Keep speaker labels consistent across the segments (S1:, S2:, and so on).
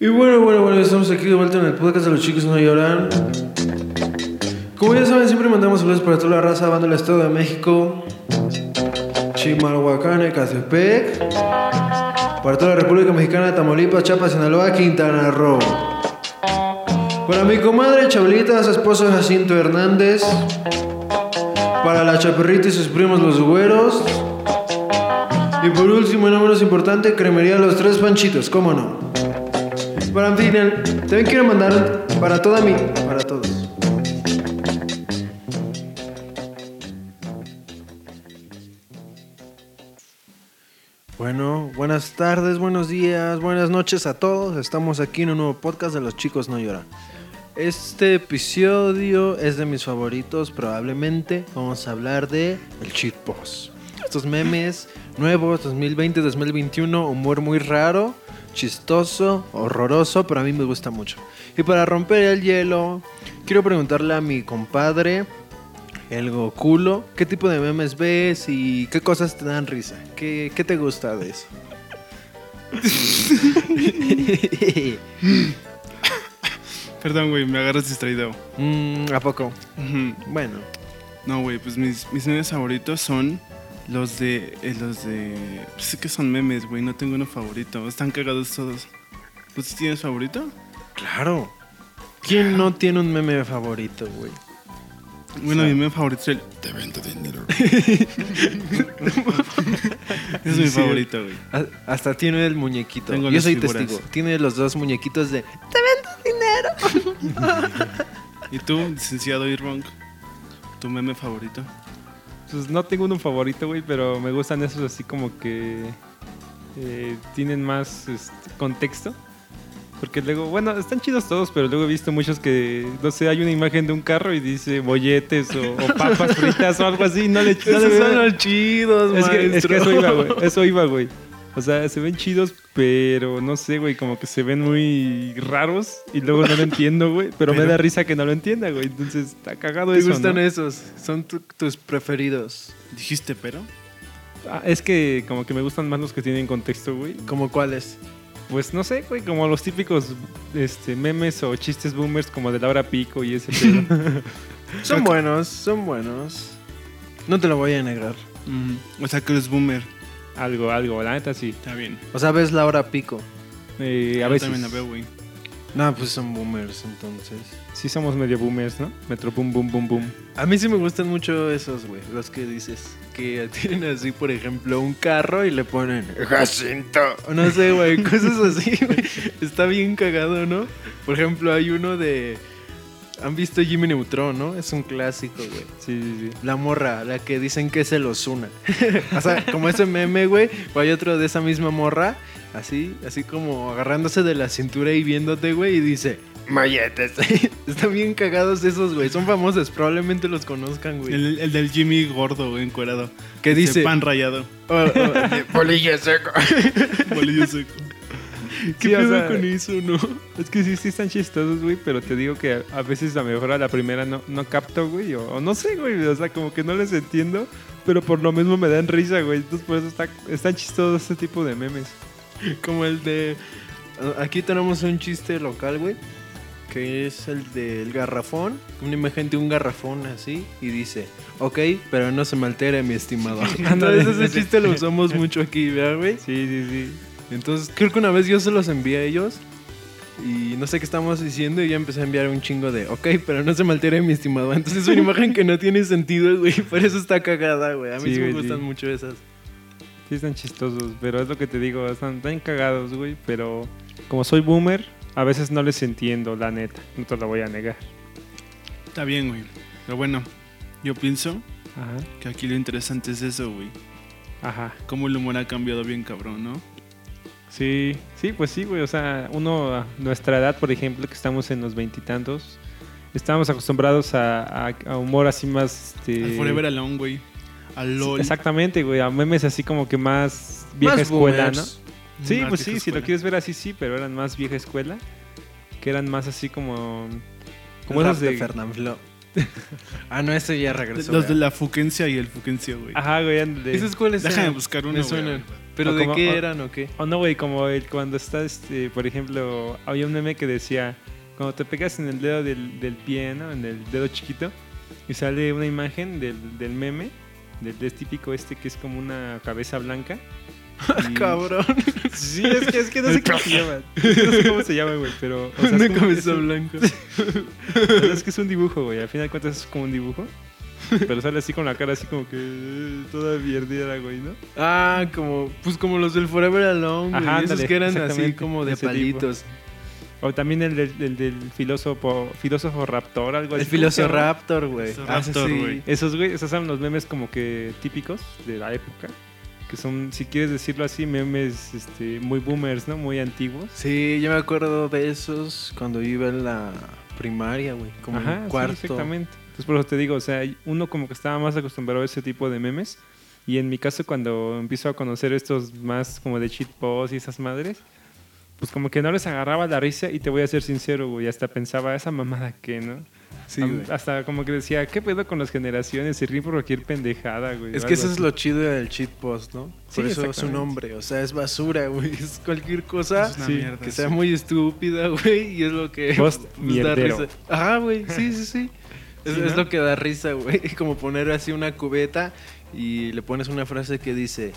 S1: Y bueno, bueno, bueno, estamos aquí de vuelta en el podcast de los chicos no lloran. Como ya saben, siempre mandamos saludos para toda la raza, banda del Estado de México, Chimalhuacán, Ecatepec, para toda la República Mexicana, Tamaulipas, Chiapas, Sinaloa, Quintana Roo. Para mi comadre Chablita, su esposo Jacinto Hernández. Para la chaperrita y sus primos los güeros. Y por último, y no menos importante, cremería Los Tres Panchitos, cómo no. Para en fin, también quiero mandar para toda mi, para todos. Bueno, buenas tardes, buenos días, buenas noches a todos. Estamos aquí en un nuevo podcast de Los Chicos No Lloran. Este episodio es de mis favoritos, probablemente. Vamos a hablar de el cheat post. Estos memes nuevos, 2020, 2021, humor muy raro, chistoso, horroroso, pero a mí me gusta mucho. Y para romper el hielo, quiero preguntarle a mi compadre, el Gokulo, ¿qué tipo de memes ves y qué cosas te dan risa? ¿Qué, qué te gusta de eso?
S2: Perdón, güey, me agarras distraído.
S1: Mm, ¿A poco?
S2: Ujú.
S1: Bueno,
S2: No, güey, pues mis, mis memes favoritos son los de. eh, los de. Pues sí que son memes, güey, no tengo uno favorito. Están cagados todos. ¿Tú sí tienes favorito?
S1: claro. ¿Quién no tiene un meme favorito, güey?
S2: Bueno, mi meme favorito es el.
S3: Te vendo dinero.
S2: Es mi favorito, güey.
S1: A- Hasta tiene el muñequito.
S2: Tengo
S1: Yo
S2: las
S1: soy
S2: figuras.
S1: testigo. Tiene los dos muñequitos de.
S2: ¿Y tú, licenciado Irvong? ¿Tu meme favorito?
S4: Pues no tengo uno favorito, güey, pero me gustan esos así como que eh, tienen más este, contexto. Porque luego, bueno, están chidos todos, pero luego he visto muchos que, no sé, hay una imagen de un carro y dice bolletes o, o papas fritas o algo así. No le, no le veo-
S1: chidos,
S4: es, que, es que eso iba, güey. Eso iba, güey. O sea, se ven chidos, pero no sé, güey, como que se ven muy raros y luego no lo entiendo, güey. Pero, me da risa que no lo entienda, güey. Entonces está cagado
S1: Te
S4: eso.
S1: gustan
S4: ¿no?
S1: esos. Son tu- tus preferidos.
S2: ¿Dijiste pero?
S4: Ah, es que como que me gustan más los que tienen contexto, güey.
S1: ¿Como cuáles?
S4: Pues no sé, güey, como los típicos este, memes o chistes boomers como de Laura Pico y ese pedo.
S1: Son buenos, son buenos. No te lo voy a negar.
S2: O sea, que eres boomer.
S4: algo, algo, la neta sí.
S2: Está bien.
S1: O sea, ves la hora pico.
S4: Eh, a
S2: Yo
S4: veces
S2: también la veo, güey.
S1: No, pues son boomers entonces.
S4: sí somos medio boomers, ¿no? Metro boom, boom, boom, boom.
S1: A mí sí me gustan mucho esos, güey. Los que dices. Que tienen así, por ejemplo, un carro y le ponen.
S3: Jacinto.
S1: O No sé, güey, cosas así, güey. Está bien cagado, ¿no? Por ejemplo, hay uno de. ¿Han visto Jimmy Neutron, no? Es un clásico, güey.
S4: Sí, sí, sí.
S1: La morra, la que dicen que se los una. o sea, como ese meme, güey. O hay otro de esa misma morra, así, así como agarrándose de la cintura y viéndote, güey, y dice.
S3: Molletes.
S1: Están bien cagados esos, güey. Son famosos, probablemente los conozcan, güey.
S2: El, el del Jimmy gordo, güey, encuerado.
S1: Que
S2: Ese
S1: dice.
S2: Pan rayado.
S1: oh, oh,
S3: Bolillo seco.
S2: Bolillo seco.
S1: ¿Qué
S4: Sí, o
S1: pedo
S4: sea,
S1: con eso, no?
S4: Es que sí, sí están chistosos, güey, pero te digo que a a veces a lo mejor a la primera no, no capto, güey, o, o no sé, güey, o sea, como que no les entiendo, pero por lo mismo me dan risa, güey, entonces por eso está, están chistosos este tipo de memes.
S1: Como el de. Aquí tenemos un chiste local, güey. Que es el del garrafón. Una imagen de un garrafón así. Y dice: Ok, pero no se me altere, mi estimado.
S4: Ándale.
S1: Entonces, ese chiste lo usamos mucho aquí, ¿verdad, güey?
S4: Sí, sí, sí.
S1: Entonces, creo que una vez yo se los envié a ellos. Y no sé qué estamos diciendo. Y ya empecé a enviar un chingo de: Ok, pero no se me altere, mi estimado. Entonces, es una imagen que no tiene sentido, güey. Por eso está cagada, güey. A mí
S4: Sí,
S1: sí, me
S4: güey,
S1: gustan
S4: sí.
S1: mucho esas.
S4: Sí están chistosos, pero es lo que te digo, están tan cagados, güey, pero como soy boomer, a veces no les entiendo, la neta, no te lo voy a negar.
S2: Está bien, güey. Pero bueno, yo pienso
S4: Ajá.
S2: que aquí lo interesante es eso, güey.
S4: Ajá.
S2: Cómo el humor ha cambiado bien cabrón, ¿no?
S4: Sí, sí, pues sí, güey. O sea, uno, a nuestra edad, por ejemplo, que estamos en los veintitantos, estábamos acostumbrados a, a- a humor así más. Este,
S2: Al Forever Alone, güey. Al LOL.
S4: Exactamente, güey. A memes así como que más vieja escuela,
S1: boomers.
S4: ¿no? Sí,
S2: Más
S4: pues
S2: vieja
S4: sí, si
S2: escuela.
S4: lo quieres ver así, sí, pero eran más vieja escuela. Que eran más así como. Como
S1: Rap
S4: esos de.
S1: Fernanfloo. Ah, no, ese ya regresó.
S2: Los de
S1: güey.
S2: la fuquencia y el fuquencia, güey.
S4: Ajá, güey, ándale.
S1: ¿Esos cuáles
S2: Déjame
S1: eran?
S2: buscar uno,
S1: Me
S2: güey.
S1: suenan. ¿Pero
S4: O
S1: de
S4: como-
S1: qué
S4: o-
S1: eran o qué?
S4: O "Oh, no, güey, como el- cuando estás, este, por ejemplo, había un meme que decía, cuando te pegas en el dedo del, del pie, ¿no? En el dedo chiquito, y sale una imagen del, del meme, del, del típico este que es como una cabeza blanca. Y-
S1: Cabrón.
S4: Sí, es que, es que no sé cómo se llama. No sé cómo se llama, güey, pero... o sea, es
S1: Una
S4: como- es
S1: cabeza
S4: un-
S1: blanca.
S4: o sea, es que es un dibujo, güey. Al final de cuentas es como un dibujo. Pero sale así con la cara así como que eh, toda mierdera, güey, ¿no?
S1: Ah, como, pues como los del Forever Alone, güey.
S4: Ajá,
S1: Esos
S4: ándale,
S1: que eran así
S4: exactamente,
S1: como de
S4: ese tipo.
S1: palitos.
S4: O también el del, el del filósofo, filósofo raptor, algo así.
S1: El
S4: ¿Cómo se
S1: filósofo
S4: llama?
S1: Raptor, güey.
S2: Ese
S1: Ah, ese
S2: Raptor,
S1: sí.
S2: güey.
S4: Esos, güey, esos son los memes como que típicos de la época. Que son, si quieres decirlo así, memes este, muy boomers, ¿no? Muy antiguos.
S1: Sí, yo me acuerdo de esos cuando yo iba en la primaria, güey. Como en
S4: Ajá, sí,
S1: cuarto.
S4: exactamente. Entonces, por eso te digo, o sea, uno como que estaba más acostumbrado a ese tipo de memes. Y en mi caso, cuando empiezo a conocer estos más como de cheat posts y esas madres, pues como que no les agarraba la risa. Y te voy a ser sincero, güey, hasta pensaba, esa mamada que, ¿no?
S1: Sí,
S4: Am-
S1: güey.
S4: hasta como que decía, ¿qué pedo con las generaciones? Se ríen por cualquier pendejada, güey.
S1: Es
S4: o
S1: que
S4: algo
S1: eso es
S4: así.
S1: lo chido del cheat post, ¿no?
S4: Sí,
S1: Por eso es su
S4: exactamente.
S1: nombre. O sea, es basura, güey. Es cualquier cosa
S2: Es una
S4: sí,
S2: mierda.
S1: que sea muy estúpida, güey. Y es lo que
S4: Post
S1: pues, da
S4: mierdero.
S1: risa. Ajá, güey. Sí, sí, sí. Es,
S2: Sí,
S1: es
S2: ¿no?
S1: lo que da risa, güey. Como poner así una cubeta y le pones una frase que dice...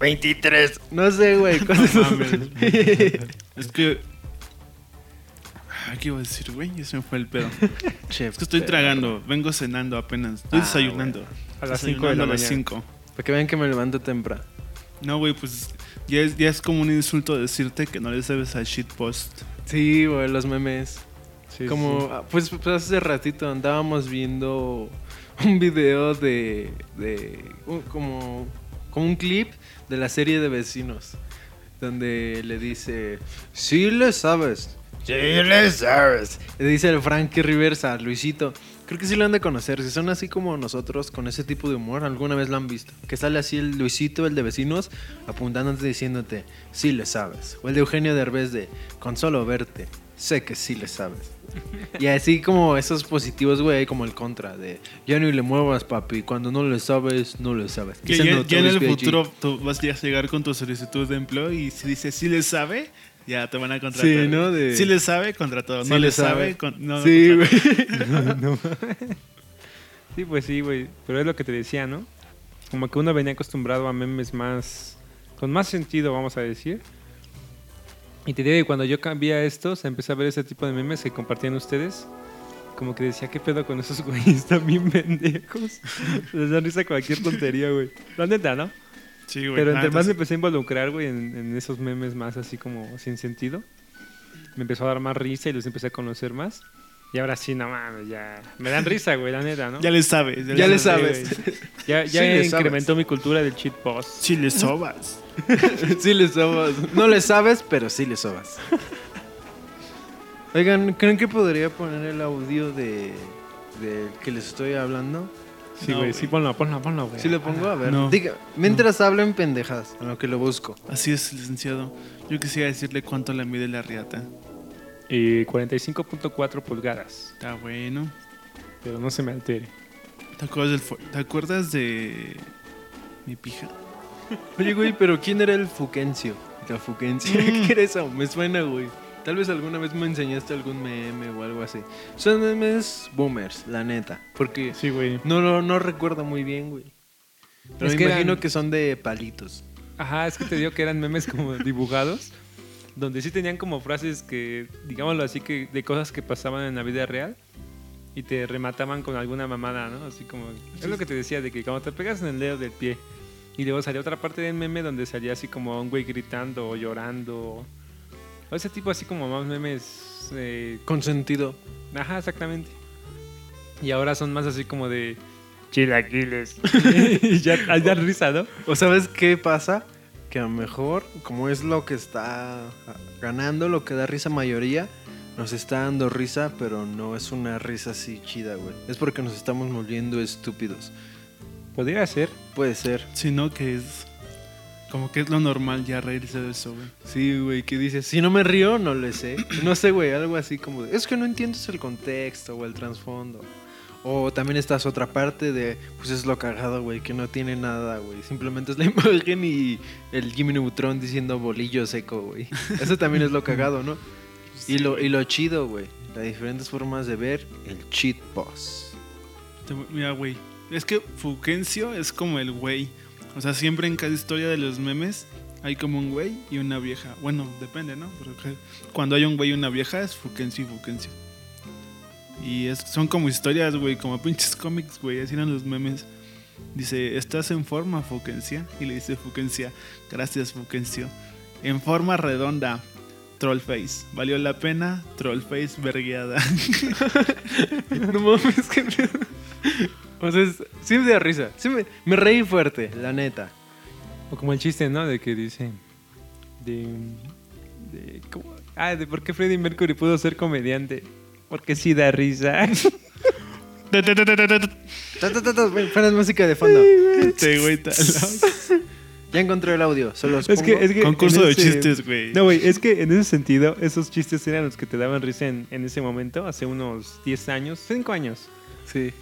S3: 23.
S1: No sé, güey. cosas así.
S2: Es que. Ah, ¿Qué iba a decir, güey? Ya se me fue el pedo.
S1: Che,
S2: Es que estoy tragando, vengo cenando apenas. Estoy
S1: Ah,
S2: desayunando.
S4: A las 5
S2: Desayunando
S4: de la
S2: a las
S4: mañana.
S2: 5.
S1: Para que vean que me levanto temprano.
S2: No, güey, pues ya es, ya es como un insulto decirte que no le sabes al shitpost.
S1: Sí, güey, los memes.
S4: Sí,
S1: Como,
S4: sí.
S1: ah, pues, pues, hace ratito andábamos viendo un video de, de un- como, como un clip de la serie de vecinos, donde le dice, sí le sabes,
S3: Sí, le sabes.
S1: le dice el Frankie Rivers a Luisito, creo que sí lo han de conocer, si son así como nosotros, con ese tipo de humor, alguna vez lo han visto, que sale así el Luisito, el de vecinos, apuntándote diciéndote, sí le sabes, o el de Eugenio Derbez de, con solo verte, sé que sí le sabes. Y así como esos positivos, güey, hay como el contra de ya ni le muevas, papi. Cuando no le sabes, no le sabes.
S2: Que
S1: Es el
S2: ya, ya en
S1: Notorious
S2: el
S1: B.I.G..
S2: futuro tú vas a llegar con tu solicitud de empleo y si dices sí le sabe, ya te van a contratar.
S1: Sí, ¿no? De-
S2: Sí le sabe, contratado.
S1: Sí
S2: no
S1: le
S2: le
S1: sabe.
S2: sabe, con- no,
S1: Sí,
S2: contratado.
S1: güey.
S4: Sí, pues sí, güey. Pero es lo que te decía, ¿no? Como que uno venía acostumbrado a memes más. con más sentido, vamos a decir. Y te digo que cuando yo cambié a estos, empecé a ver ese tipo de memes que compartían ustedes. Como que decía, ¿qué pedo con esos güeyes también pendejos? Les dan risa cualquier tontería, güey. La neta, ¿no?
S2: Sí, güey.
S4: Pero
S2: Ah,
S4: entre más me
S2: entonces-
S4: empecé a involucrar, güey, en, en esos memes más así como sin sentido, me empezó a dar más risa y los empecé a conocer más. Y ahora sí, no mames, ya. Me dan risa, güey, la neta, ¿no?
S2: Ya le sabe.
S1: Ya le
S4: Sí,
S1: sabe.
S2: sabe.
S1: sabes.
S4: güey. Ya,
S1: Sí
S4: ya
S1: le
S4: incrementó mi cultura del cheat post.
S2: Sí le sobas.
S1: sí le sobas. No le sabes, pero sí le sobas. Oigan, ¿creen que podría poner el audio de, del que les estoy hablando?
S4: Sí,
S2: No,
S4: güey,
S2: güey.
S4: sí, ponlo, ponlo, ponlo, güey.
S1: Sí lo pongo, a ver.
S2: No.
S1: Diga, mientras hablen pendejas, en lo que lo busco.
S2: Así es, licenciado. Yo quisiera decirle cuánto le mide la riata.
S4: Y 45.4 pulgadas,
S2: Está bueno.
S4: pero no se me altere.
S2: ¿Te acuerdas, del fu- ¿Te acuerdas de mi pija?
S1: Oye, güey, pero ¿quién era el Fuquencio? La Fuquencia, ¿qué era eso? Me suena, güey. Tal vez alguna vez me enseñaste algún meme o algo así. Son memes boomers, la neta. Porque
S4: Sí, güey.
S1: no, no, no recuerdo muy bien, güey. Pero
S4: Es
S1: me
S4: que
S1: imagino
S4: eran-
S1: que son de palitos.
S4: Ajá, es que te digo que eran memes como dibujados, donde sí tenían como frases que, digámoslo así, que de cosas que pasaban en la vida real y te remataban con alguna mamada, ¿no? Así como, es lo que te decía, de que cuando te pegas en el dedo del pie y luego salía otra parte del meme donde salía así como un güey gritando o llorando, o ese tipo así como más memes eh,
S1: Con sentido.
S4: Ajá, exactamente. Y ahora son más así como de.
S3: Chilaquiles.
S4: y ya, ah, ya risa, ¿no?
S1: ¿O sabes qué pasa? Que a lo mejor, como es lo que está ganando, lo que da risa mayoría, nos está dando risa, pero no es una risa así chida, güey. Es porque nos estamos volviendo estúpidos.
S4: Podría ser.
S1: Puede ser.
S2: Sino que es. Como que es lo normal ya reírse de eso, güey.
S1: Sí, güey, ¿qué dices? Si no me río, no le sé. No sé, güey, algo así como de, es que no entiendes el contexto o el trasfondo. O también estás otra parte de, pues es lo cagado, güey, que no tiene nada, güey. Simplemente es la imagen y el Jimmy Neutron diciendo bolillo seco, güey. Eso también es lo cagado, ¿no? Y lo, y lo chido, güey. Las diferentes formas de ver el cheat boss.
S2: Te- Mira, güey. Es que Fulgencio es como el güey. O sea, siempre en cada historia de los memes hay como un güey y una vieja. Bueno, depende, ¿no? Porque cuando hay un güey y una vieja es Fulgencio y Fulgencio. Y es- son como historias, güey, como pinches cómics, güey. Así eran los memes. Dice, ¿estás en forma, Fulgencia? Y le dice Fulgencia, gracias, Fulgencio. En forma redonda, Trollface. ¿Valió la pena? Trollface vergueada.
S1: No mames, que. o sea, es- sí me da risa. Sí me, me reí fuerte, la neta.
S4: O como el chiste, ¿no? De que dice. De. de ¿cómo? Ah, de por qué Freddie Mercury pudo ser comediante. Porque sí da risa.
S1: Ta, ta, ta, ta, güey, Pones música de fondo.
S2: Te, güey, tal.
S1: Ya encontré el audio, se los
S4: Es que,
S1: pongo.
S4: es que
S2: Concurso
S4: en
S2: de
S4: ese-
S2: chistes, güey.
S4: No, güey, es que en ese sentido, esos chistes eran los que te daban risa en, en ese momento, hace unos 10 años, 5 años.
S1: Sí.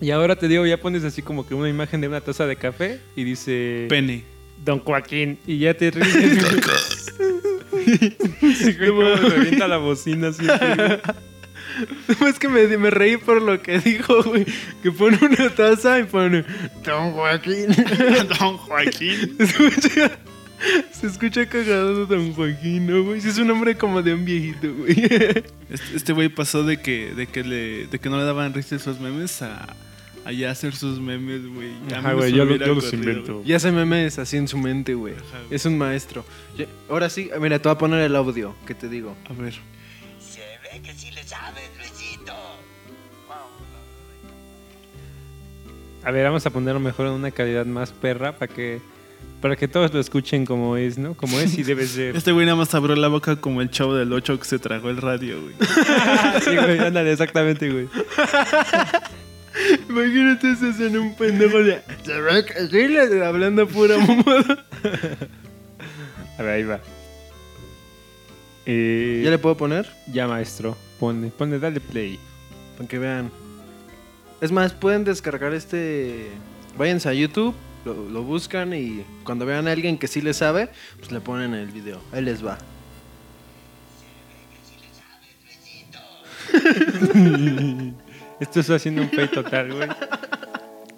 S4: Y ahora te digo, ya pones así como que una imagen de una taza de café y dice.
S2: Pene.
S4: Don Joaquín. Y ya te ríes. sí, güey, como me revienta la bocina así. güey.
S1: Es que me, me reí por lo que dijo, güey. Que pone una taza y pone.
S3: Don Joaquín.
S2: Don Joaquín.
S1: Se escucha, se escucha cagado Don Joaquín, ¿no, güey? Sí, es un hombre como de un viejito, güey.
S2: Este este güey pasó de que, de, que le, de que no le daban risa esos memes a, a ya hacer sus memes, güey. A mí
S4: Ajá,
S2: me
S4: güey,
S2: se
S4: yo,
S2: me
S4: lo-
S2: hubiera
S4: yo los
S2: ocurrido,
S4: invento.
S2: güey.
S1: Ya se memes así en su mente, güey.
S2: Ajá, güey.
S1: Es un maestro. Ya- Ahora sí, mira, te voy a poner el audio que te digo.
S2: A ver.
S5: Se ve que sí le sabes, Luisito.
S4: A ver, vamos a ponerlo mejor en una calidad más perra para que, para que todos lo escuchen como es, ¿no? Como es y debe ser.
S2: Este güey nada más abrió la boca como el chavo del 8 que se tragó el radio, güey.
S4: Sí, güey, ándale, exactamente, güey.
S1: Imagínate ese en un pendejo de. Se ve que sí le- hablando pura mamada.
S4: A ver, ahí va. Eh,
S1: ¿Ya le puedo poner?
S4: ya, maestro. Ponle, ponle, dale play.
S1: Para que vean. Es más, pueden descargar este. Váyanse a YouTube, lo, lo buscan y cuando vean a alguien que sí le sabe, pues le ponen el video. Ahí les va.
S4: Esto está haciendo un pay total, güey.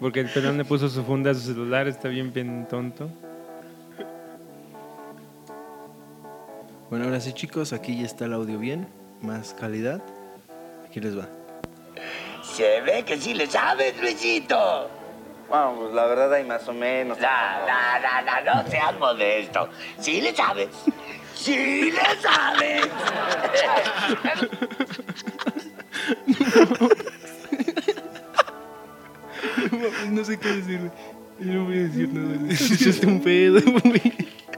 S4: Porque el pelón le puso su funda a su celular, está bien, bien tonto.
S1: Bueno, ahora sí, chicos, aquí ya está el audio bien, más calidad. Aquí les va.
S5: Se ve que sí le sabes, Luisito.
S6: Bueno, pues la verdad hay más o menos.
S5: No, no, no, no, no seas modesto. Sí le sabes. Sí le sabes.
S1: No sé qué decir. Yo no voy a decir nada. Echaste un pedo,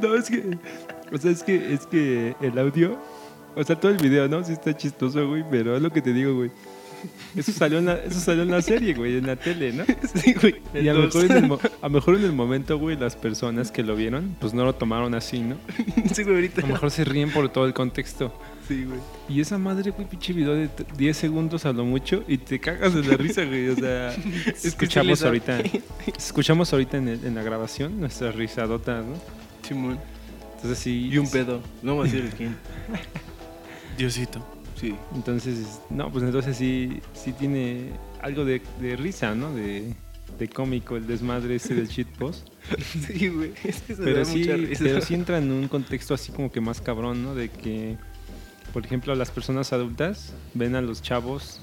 S4: No, es que. O sea, es que, es que el audio. O sea, todo el video, ¿no? Sí está chistoso, güey, pero es lo que te digo, güey. Eso salió en la, eso salió en la serie, güey, en la tele, ¿no?
S1: Sí, güey.
S4: Y a lo mejor, en el, mo- a lo mejor en el momento, güey, las personas que lo vieron, pues no lo tomaron así, ¿no?
S1: Sí, güey,
S4: A
S1: ahorita.
S4: lo mejor se ríen por todo el contexto.
S1: Sí, güey.
S4: Y esa madre, güey, pinche video de t- 10 segundos a lo mucho y te cagas de la risa, güey. O sea,
S1: sí
S4: escuchamos
S1: les da-
S4: ahorita, escuchamos ahorita en, el- en la grabación nuestras risadotas, ¿no?
S1: Simón.
S4: Entonces sí.
S1: Y un pedo. No voy a decir el quién.
S2: Diosito.
S1: Sí.
S4: Entonces, no, pues entonces sí, sí tiene algo de, de risa, ¿no? De, de cómico el desmadre ese del shitpost.
S1: Sí, güey. Es que se
S4: Pero
S1: da
S4: sí,
S1: mucha risa.
S4: pero sí entra en un contexto así como que más cabrón, ¿no? De que, por ejemplo, las personas adultas ven a los chavos,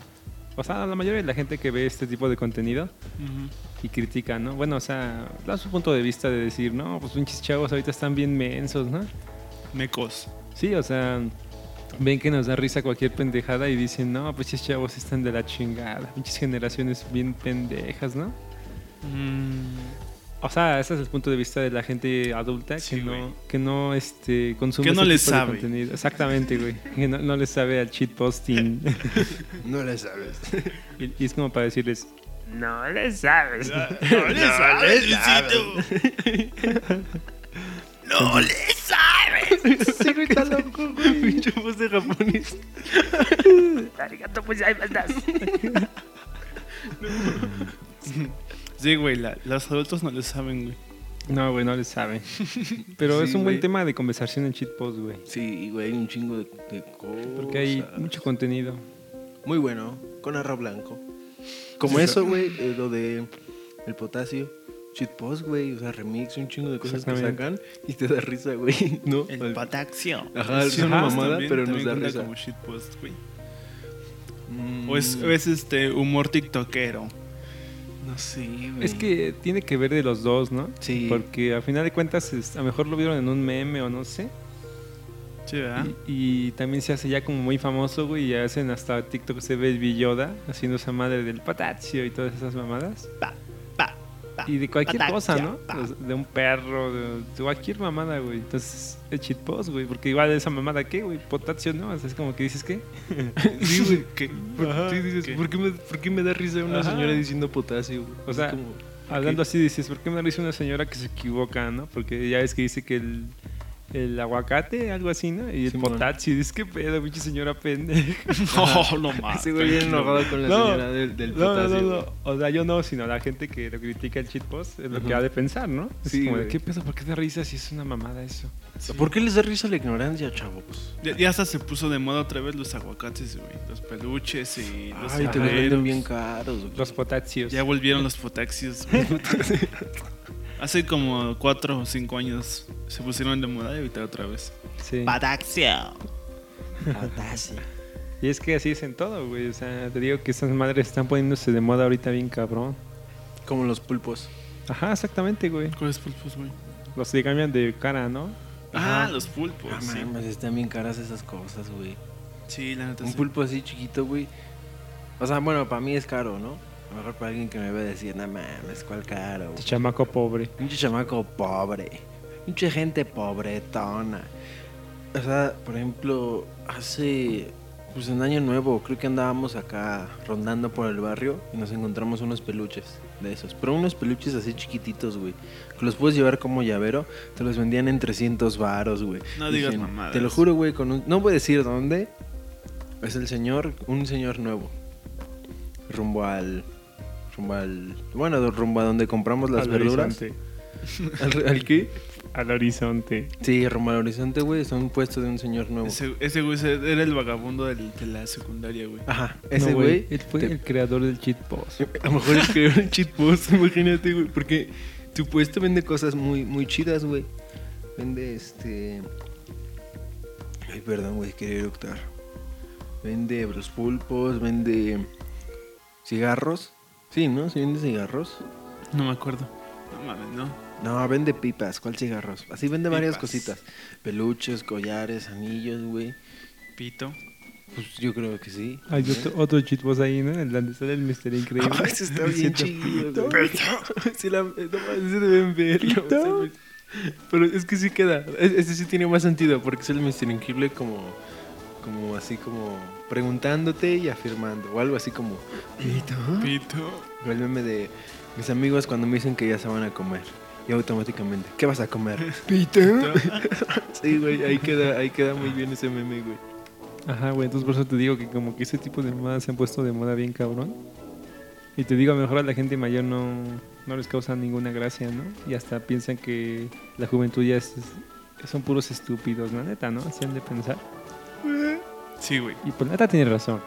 S4: o sea, la mayoría de la gente que ve este tipo de contenido y critica, ¿no? Bueno, o sea, da su punto de vista de decir, no, pues pinches chavos ahorita están bien mensos, ¿no?
S2: Mecos.
S4: Sí, o sea, ven que nos da risa cualquier pendejada y dicen, no, pinches chavos están de la chingada, pinches generaciones bien pendejas, ¿no? Mm. O sea, ese es el punto de vista de la gente adulta
S2: Sí,
S4: que
S2: güey.
S4: no, que no este, consume
S2: Que no
S4: ese
S2: le
S4: tipo de
S2: sabe.
S4: contenido. Exactamente, güey. Que no, no le sabe al cheat posting.
S1: No le sabes.
S4: y, y es como para decirles,
S3: No le sabes.
S2: No le sabes, Luisito.
S5: No le sabes.
S1: Sí, güey, está loco, güey. Pinche voz de japonés.
S3: Arigato, pues ahí mandas.
S2: Sí, güey, la- los adultos no lo saben, güey.
S4: No, güey, no le saben. Pero es
S1: Sí,
S4: un buen
S1: güey.
S4: tema de conversación en shitpost, güey.
S1: Sí, güey, hay un chingo de, de cosas.
S4: Porque hay mucho contenido.
S1: Muy bueno, con arroz blanco. Como eso, güey, eh, lo de el potasio. Shitpost, güey, o sea, remix, un chingo de cosas que sacan
S4: Exactamente.
S1: y te da risa, güey, ¿no?
S2: El pataxio.
S1: Ajá, es una mamada, pero nos da risa.
S2: como shitpost, güey.
S1: Mm,
S2: O es, o es, este humor tiktokero.
S1: No sé, güey.
S4: Es que tiene que ver de los dos, ¿no?
S1: Mm. Sí.
S4: Porque a final de cuentas, es- a lo mejor lo vieron en un meme o no sé.
S2: Sí,
S1: Ah.
S2: ¿verdad?
S4: Y, y también se hace ya como muy famoso, güey. Y hacen hasta TikTok se ve el Villoda haciendo esa madre del patazio y todas esas mamadas. y de cualquier cosa, ¿no? O sea, De un perro, de, de cualquier mamada, güey. Entonces, es cheat post, güey. Porque igual esa mamada, ¿qué, güey? Potasio, ¿no? O sea, es como que dices, ¿qué?
S2: Sí, güey. que-
S1: Por- sí, dices,
S2: que-
S1: ¿por, Ah, qué me, por qué me da risa una
S4: Ajá.
S1: señora diciendo potasio? güey?
S4: O
S1: Es
S4: sea,
S1: como-
S4: Hablando así, dices, ¿por qué me lo dice una señora que se equivoca, no? Porque ya ves que dice que el, el aguacate, algo así, ¿no? Y el
S1: Simón.
S4: potasio. Dices, ¿qué pedo, pinche señora pendeja?
S2: No, no más.
S1: Ese güey bien enojado con la
S4: No,
S1: señora del, del
S4: no, no,
S1: potasio.
S4: no,
S1: güey.
S4: no. O sea, yo no, sino la gente que lo critica el cheat post es lo que
S1: Ajá.
S4: ha de pensar, ¿no? Es
S1: Sí,
S4: como, de,
S1: güey.
S4: ¿qué pedo? ¿Por qué te risas si es una mamada eso?
S1: ¿Por qué les da risa la ignorancia, chavos?
S2: Ya, ya hasta se puso de moda otra vez los aguacates, güey. Los peluches y los
S1: Ay, te los
S2: llaveros.
S1: venden bien caros. güey.
S4: Los potatsios.
S2: Ya volvieron los potaxios. güey. Hace como cuatro o cinco años se pusieron de moda y ahorita otra vez.
S4: Sí.
S5: Pataxio.
S4: Y es que así es en todo, güey. O sea, te digo que esas madres están poniéndose de moda ahorita bien cabrón.
S1: Como los pulpos.
S4: Ajá, exactamente, güey.
S2: ¿Cuáles pulpos, güey?
S4: Los que cambian de cara, ¿no?
S2: Ah,
S1: Ajá.
S2: los pulpos.
S1: Ah,
S2: sí.
S1: mames, están bien caras esas cosas, güey.
S2: Sí, la neta.
S1: Un
S2: sí.
S1: pulpo así chiquito, güey. O sea, bueno, para mí es caro, ¿no? A lo mejor para alguien que me va a decir, no mames, ¿cuál caro?
S4: Este
S1: güey?
S4: chamaco pobre.
S1: Pinche chamaco pobre. Pinche gente pobretona. O sea, por ejemplo, hace. Pues en Año Nuevo, creo que andábamos acá rondando por el barrio y nos encontramos unos peluches de esos. Pero unos peluches así chiquititos, güey. Que los puedes llevar como llavero. Te los vendían en 300 varos, güey.
S2: No
S1: Dije,
S2: digas mamadas.
S1: Te lo juro, güey, con un... No voy a decir dónde. Es el señor, un señor nuevo. Rumbo al... Rumbo al... Bueno, rumbo a donde compramos las
S4: al
S1: verduras.
S4: horizonte.
S1: ¿Al, al qué?
S4: Al horizonte.
S1: Sí, rumbo al horizonte, güey. Está un puesto de un señor nuevo.
S2: Ese, ese güey se- era el vagabundo del- de la secundaria, güey.
S1: Ajá, ese
S4: No,
S1: güey.
S4: Él fue
S1: te-
S4: el creador del cheat post.
S1: A lo mejor escribió un cheat post, imagínate, güey. Porque tu puesto vende cosas muy, muy chidas, güey. Vende este. Ay, perdón, güey, quería eructar. Vende los pulpos, vende cigarros. Sí, ¿no? Sí, vende cigarros.
S2: No me acuerdo. No mames, no.
S1: No, vende pipas, ¿cuál cigarros? Así vende varias
S2: Pipas.
S1: cositas. Peluches, collares, anillos, güey.
S2: Pito.
S1: Pues yo creo que sí. ¿Eh?
S4: Hay otro, otro cheat post ahí, ¿no? El donde sale el Mister Increíble.
S1: Ah, ese está bien
S4: Diciendo,
S1: chido, güey. Sí, la, no, ese deben verlo.
S4: Pito.
S1: Pero es que sí queda. E- Ese sí tiene más sentido porque es el Mr. Increíble como, como así como preguntándote y afirmando. O algo así como... "Pito".
S2: Pito.
S1: O el meme de mis amigos cuando me dicen que ya se van a comer. Y automáticamente, ¿qué vas a comer? Pito. sí, güey, ahí queda, ahí queda muy bien ese meme, güey.
S4: Ajá, güey. Entonces por eso te digo que como que ese tipo de modas se han puesto de moda bien cabrón. Y te digo, a lo mejor a la gente mayor no, no les causa ninguna gracia, ¿no? Y hasta piensan que la juventud ya es, es- son puros estúpidos, la neta, ¿no? Así han de pensar.
S2: Sí, güey.
S4: Y pues la neta tiene razón.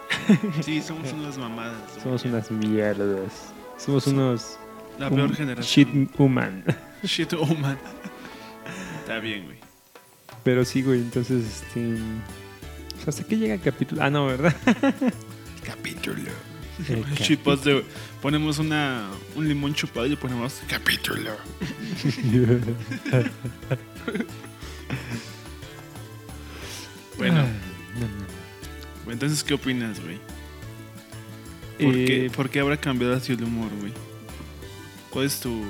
S2: Sí, somos unas mamadas. güey.
S4: Somos unas mierdas. Somos unos...
S2: La
S4: un
S2: peor generación.
S4: Shit human.
S2: Shit. Shit human. Está bien, güey.
S4: Pero sí, güey, entonces, este... pues, ¿Hasta qué llega el capítulo? Ah, no, ¿verdad?
S2: Capítulo.
S4: El cap-
S2: Chipos de. Ponemos una, un limón chupado y le ponemos capítulo.
S4: Ah,
S2: Bueno. Entonces, ¿qué opinas, güey? ¿Por, qué,
S4: Eh,
S2: por qué habrá cambiado así el humor, güey? ¿Cuál es tu,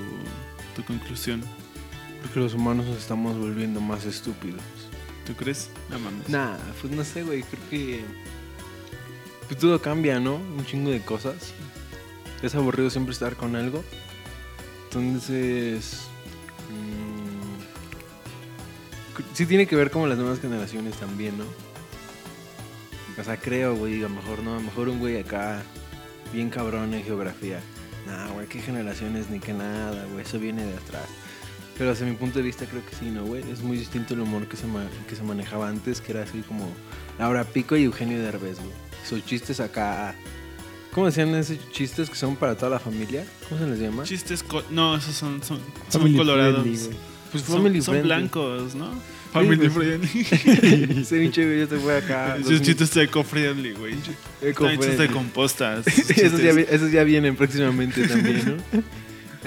S2: tu conclusión?
S1: Porque los humanos nos estamos volviendo más estúpidos.
S2: ¿Tú crees? No mames.
S1: Nah, pues no sé, güey, creo que... Pues todo cambia, ¿no? Un chingo de cosas. Es aburrido siempre estar con algo. Entonces... mm, cr- sí tiene que ver como las nuevas generaciones también, ¿no? O sea, creo, güey, a lo mejor no, a lo mejor un güey acá, bien cabrón en geografía. Nah, güey, qué generaciones ni qué nada, güey. Eso viene de atrás. Pero desde mi punto de vista creo que sí, ¿no, güey? Es muy distinto el humor que se, ma- que se manejaba antes, que era así como Laura Pico y Eugenio Derbez, güey. Sus chistes acá... ¿Cómo decían esos chistes que son para toda la familia? ¿Cómo se les llama?
S2: Chistes. co- no, esos son, son, son
S4: Family
S2: colorados.
S4: friendly, güey.
S2: pues
S1: Family
S2: son, son
S1: friendly.
S2: blancos, ¿no? Family
S1: pues.
S2: friendly.
S1: Ese pinche güey, yo te voy
S4: Ah,
S1: acá.
S2: Esos chistes eco-friendly, güey. También chistes de compostas. esos
S1: esos, ya,
S2: chistes-
S1: vi- esos ya vienen próximamente también, ¿no?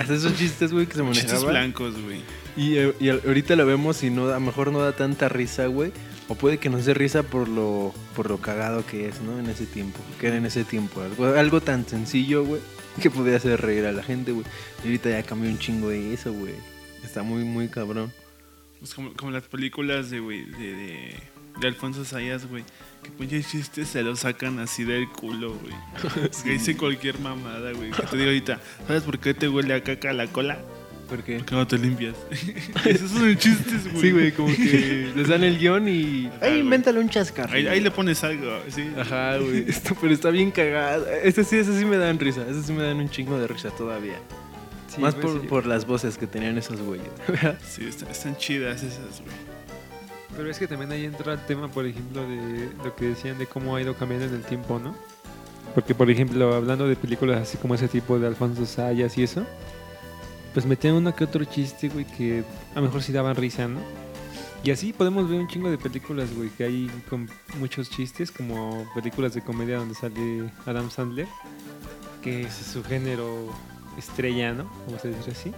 S1: Hasta esos chistes, güey, que se
S2: Chistes
S1: manejaban.
S2: blancos, güey.
S1: Y, eh, y al- ahorita lo vemos y no, da- a lo mejor no da tanta risa, güey. O puede que no se risa por lo, por lo cagado que es, ¿no? En ese tiempo. Que era en ese tiempo. Algo, algo tan sencillo, güey, que podía hacer reír a la gente, güey. Y ahorita ya cambió un chingo de eso, güey. Está muy, muy cabrón.
S2: Pues como, como las películas de, güey, de, de, de Alfonso Sayas, güey. Que pinches chistes se los sacan así del culo, güey. Que dice cualquier mamada, güey. Que te digo ahorita, ¿sabes por qué te huele a caca la cola?
S1: Porque.
S2: Porque no te limpias. Esos son chistes, güey.
S1: Sí, güey, como que les dan el guión y.
S2: Ajá,
S1: ¡Ay,
S2: güey.
S1: invéntale un chascarro!
S2: Ahí, ahí le pones algo, sí.
S1: Ajá, güey. Esto- pero está bien cagada. Este sí, este sí me dan risa. Este sí me dan un chingo de risa todavía.
S4: Sí,
S1: Más
S4: güey,
S1: por,
S4: sí.
S1: por las voces que tenían esos güeyes.
S2: Sí, están, están chidas esas, güey.
S4: Pero es que también ahí entra el tema, por ejemplo, de lo que decían de cómo ha ido cambiando en el tiempo, ¿no? Porque, por ejemplo, hablando de películas así como ese tipo de Alfonso Sayas y eso, pues metían uno que otro chiste, güey, que a lo mejor sí daban risa, ¿no? Y así podemos ver un chingo de películas, güey, que hay con muchos chistes, como películas de comedia donde sale Adam Sandler, que es su género estrella, ¿no? Vamos a decir así.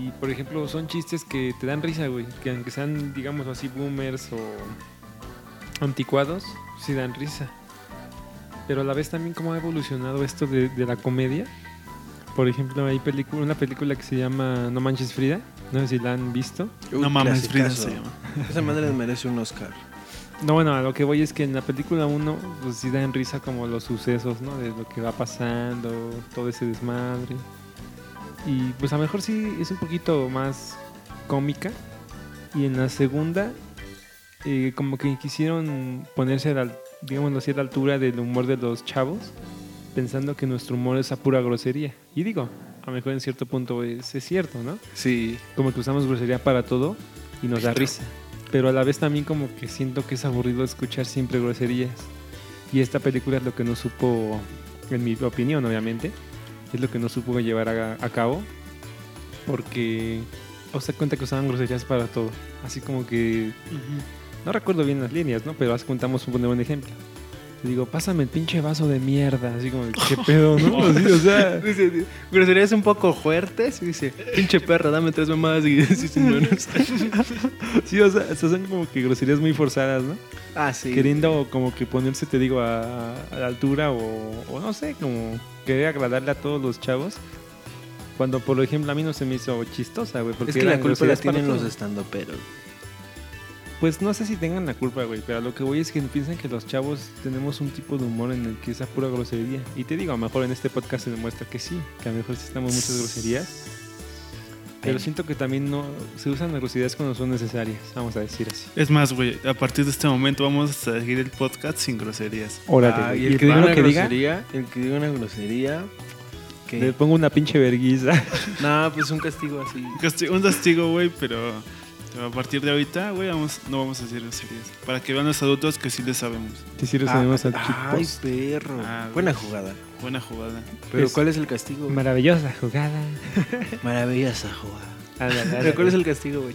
S4: Y por ejemplo, son chistes que te dan risa, güey. Que aunque sean, digamos así, boomers o anticuados, sí dan risa. Pero a la vez también cómo ha evolucionado esto de, de la comedia. Por ejemplo, hay película, una película que se llama No Manches Frida. No sé si la han visto.
S2: No mames, Frida se llama.
S1: Esa madre les merece un Oscar.
S4: No, bueno, a lo que voy es que en la película uno pues sí dan risa como los sucesos, ¿no? De lo que va pasando, todo ese desmadre. Y pues a lo mejor sí es un poquito más cómica. Y en la segunda, eh, como que quisieron ponerse, a la, digámoslo así, a la altura del humor de los chavos, pensando que nuestro humor es a pura grosería. Y digo, a lo mejor en cierto punto es, es cierto, ¿no?
S1: Sí.
S4: como que usamos grosería para todo y nos da risa. Pero a la vez también como que siento que es aburrido escuchar siempre groserías. Y esta película es lo que no supo, en mi opinión obviamente, es lo que no supo llevar a, a cabo. Porque os das cuenta que usaban groserías para todo. Así como que, no recuerdo bien las líneas, ¿no? Pero haz contamos un, un ejemplo. Le digo, pásame el pinche vaso de mierda. Así como, qué pedo, ¿no? Así, o sea,
S1: Dice, groserías un poco fuertes. y Dice, pinche perra, dame tres mamadas y dice sin manos.
S4: sí, o sea, son como que groserías muy forzadas, ¿no?
S1: Ah, sí.
S4: queriendo como que ponerse, te digo, a, a la altura o, o no sé, como querer agradarle a todos los chavos. Cuando, por ejemplo, a mí no se me hizo chistosa, güey. porque
S1: es que la
S4: eran
S1: culpa la
S4: groserías para
S1: tienen
S4: todos.
S1: los estandoperos.
S4: Pues no sé si tengan la culpa, güey, pero a lo que voy es que piensan que los chavos tenemos un tipo de humor en el que es a pura grosería. Y te digo, a lo mejor en este podcast se demuestra que sí, que a lo mejor sí estamos muchas groserías. Pero siento que también no se usan las groserías cuando son necesarias, vamos a decir así.
S2: Es más, güey, a partir de este momento vamos a seguir el podcast sin groserías.
S4: Órale,
S1: Ah,
S4: güey.
S1: y el que diga
S4: para lo
S1: una grosería, el que diga una grosería, que
S4: Le pongo una pinche verguiza.
S1: no, pues un castigo así.
S2: Un casti- Un castigo, güey, pero a partir de ahorita, güey, vamos, no vamos a hacer groserías. Para que vean los adultos que sí les sabemos.
S4: Te sirve
S1: Ah,
S4: sabemos al
S1: ay, perro.
S2: Ah,
S1: Buena jugada.
S2: Buena jugada.
S1: Pero
S4: Es-
S1: ¿cuál es el castigo? güey?
S4: Maravillosa jugada.
S1: Maravillosa jugada.
S4: Pero
S1: ¿Pero cuál es el castigo, güey?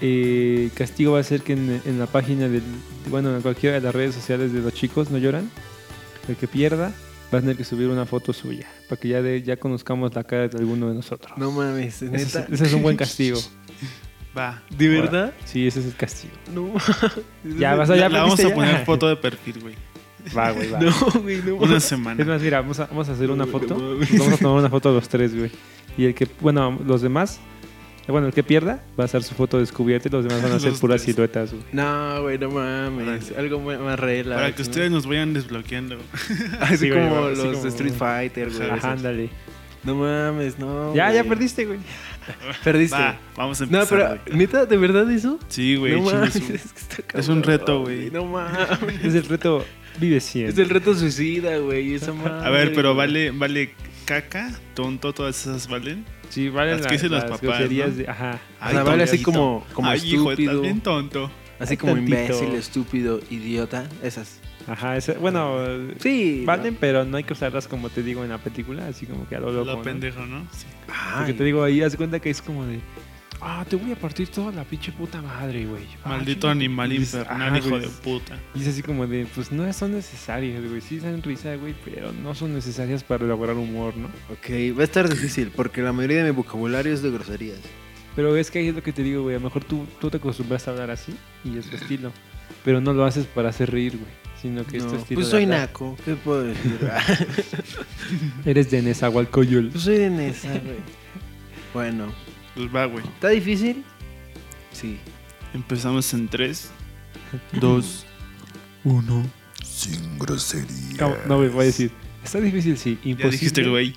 S4: eh, castigo va a ser que en, en la página del, bueno, en cualquiera de las redes sociales de los chicos no lloran. El que pierda va a tener que subir una foto suya para que ya de- ya conozcamos la cara de alguno de nosotros.
S1: No mames,
S4: Ese es-
S1: neta.
S4: ese es un buen castigo.
S2: Va.
S1: ¿De verdad?
S4: Sí, ese es el castigo.
S1: No.
S4: Ya vas a
S2: La,
S4: ya
S2: la vamos
S4: perdiste,
S2: a
S4: ya.
S2: poner foto de perfil, güey.
S4: Va, güey, va.
S1: No, güey, no.
S2: Una
S4: Es
S2: semana.
S4: más, mira, vamos a, vamos a hacer una
S1: Uy,
S4: foto.
S1: no
S4: Nos Vamos a tomar una foto a los tres, güey. Y el que, bueno, los demás, eh, bueno, el que pierda va a hacer su foto descubierta y los demás van a ser
S2: Los
S4: puras
S2: tres.
S4: siluetas, güey.
S1: No, güey, no mames. Algo mu- más regla.
S2: Para que ustedes nos vayan desbloqueando.
S1: Así
S4: Sí, güey,
S1: como
S4: así
S1: los
S4: como-
S1: de Street Fighter, güey.
S4: Ajá,
S1: esos.
S4: ándale.
S1: No mames, no.
S4: Ya, ya
S1: güey.
S4: perdiste, güey.
S1: Perdiste.
S2: Va, vamos a
S1: No,
S2: empezar.
S1: pero,
S2: güey.
S1: ¿neta? ¿De verdad eso?
S2: Sí, güey.
S1: no
S2: chingue
S1: mames,
S2: su-
S1: es que está
S2: es un
S1: cabrón,
S2: reto, güey.
S1: No mames.
S4: Es el reto Vive 100.
S1: Es del reto suicida, güey. Esa
S2: A ver, pero vale, vale caca, tonto, todas esas valen.
S4: Sí, vale
S2: Las
S4: las,
S2: que dicen los
S4: las
S2: papás,
S4: groserías
S2: ¿no?
S4: de- Ajá.
S1: O sea, vale así
S2: tontito.
S1: como- como
S2: Ay, hijo, estás
S1: estúpido.
S2: bien tonto.
S1: Así como
S4: tantito.
S1: imbécil, estúpido, idiota. Esas.
S4: Ajá, ese- bueno,
S1: Sí.
S4: valen, pero no hay que usarlas como te digo en la película, así como que a lo loco.
S2: Lo
S4: ¿no?
S2: pendejo, ¿no? Sí.
S4: Porque te digo, ahí haz cuenta que es como de. Ah, te voy a partir toda la pinche puta madre, güey. Ah,
S2: Maldito
S4: chinga".
S2: animal
S4: Y dices,
S2: infernal,
S4: "Ajá,
S2: hijo
S4: güey".
S2: de puta.
S4: Y es así como de, pues no son necesarias, güey. Sí dan risa, güey, pero no son necesarias para elaborar humor, ¿no?
S1: Ok, va a estar difícil porque la mayoría de mi vocabulario es de groserías.
S4: Pero es que ahí es lo que te digo, güey. A lo mejor tú, tú te acostumbras a hablar así y es tu estilo. Pero no lo haces para hacer reír, güey. Sino que es tu
S1: No,
S4: estilo.
S1: pues
S4: de
S1: soy
S4: hablar.
S1: naco, ¿qué puedo decir?
S4: Eres de Nezahualcóyotl.
S1: pues soy de Nesa, güey. Bueno,
S2: Pues va, güey.
S1: ¿está difícil? Sí.
S2: Empezamos en 3, 2, 1.
S7: Sin grosería.
S4: No, no, güey, voy a decir. Está difícil, sí. Imposible.
S2: Ya dijiste, güey.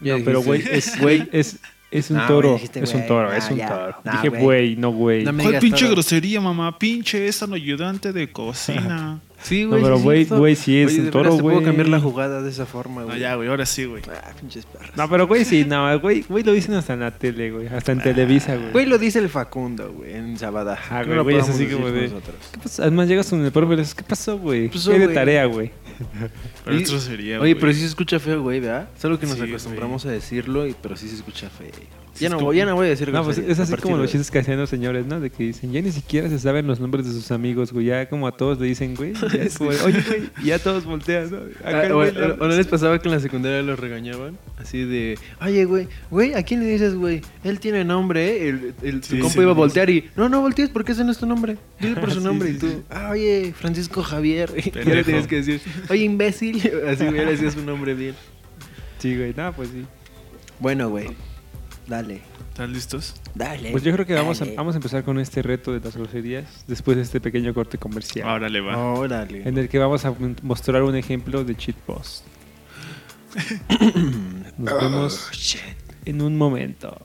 S4: No, pero güey, es, güey, es, es un
S1: No,
S4: toro.
S1: güey, dijiste,
S4: es un
S1: güey.
S4: toro,
S1: No,
S4: es un
S1: ya.
S4: toro.
S1: No,
S4: Dije,
S1: güey.
S4: güey, no, güey.
S1: No me
S2: ¿Cuál
S1: digas
S2: pinche
S1: todo.
S2: grosería, mamá? Pinche esa ayudante de cocina.
S1: Sí,
S4: No, pero
S1: sí,
S4: güey,
S1: esto-
S4: güey, sí es
S1: Oye,
S4: un
S1: de veras
S4: toro,
S1: te puedo
S4: güey.
S1: cambiar la jugada de esa forma,
S2: No,
S1: güey.
S2: ya, güey, ahora sí, güey.
S1: Ah, pinches perras.
S4: No, pero güey, sí, no, güey, güey lo dicen hasta en la tele, güey. Hasta en Televisa, güey.
S1: Güey, lo dice el Facundo, güey, en Sabada.
S4: Ah, güey, güey, es así como de- ¿Qué pasó? Además llegas con el profe y le dices, ¿qué pasó, güey?
S1: Pasó,
S4: ¿Qué de
S1: güey.
S4: tarea, güey?
S2: Pero
S1: Y-
S2: eso sería,
S1: Oye,
S2: güey.
S1: pero sí se escucha feo, güey, ¿verdad? Solo que nos
S2: Sí,
S1: acostumbramos a decirlo, y, pero sí se escucha feo.
S2: Sí,
S1: Ya
S2: es
S1: no,
S2: como-
S1: voy- ya no voy a decir
S4: No, pues
S1: groserías
S4: es
S1: a
S4: así
S1: partir
S4: como
S1: de
S4: los
S1: hoy.
S4: chistes que hacían los señores, ¿no? De que dicen, ya ni siquiera se saben los nombres de sus amigos, güey. Ya como a todos le dicen, güey. ya es como de, Oye, güey, y ya todos voltean, ¿no? Acá
S1: Ah,
S4: el
S1: o,
S4: güey
S1: o-
S4: le-
S1: o no les pasaba que en la secundaria los regañaban? Así de, oye, güey, güey, ¿a quién le dices, güey? Él tiene nombre, ¿eh? El, el- tu
S2: Sí,
S1: compa
S2: sí,
S1: iba a
S2: sí.
S1: voltear y, no, no voltees porque ese no es tu nombre. Dile por su
S4: Sí,
S1: nombre.
S4: sí,
S1: y tú,
S4: sí.
S1: ah, oye, Francisco Javier. Y ya le
S2: Pendejo.
S1: tienes que decir, oye, imbécil. Así, güey, le decías su nombre bien.
S4: Sí, güey, no, pues sí.
S1: Bueno, güey, dale,
S2: ¿Están listos?
S1: dale.
S4: Pues yo creo que vamos a,
S1: dale.
S4: vamos a empezar con este reto de las groserías después de este pequeño corte comercial.
S2: Ahora le va.
S1: Órale.
S4: En el que vamos a mostrar un ejemplo de cheat post. Nos
S1: Oh,
S4: vemos en un momento.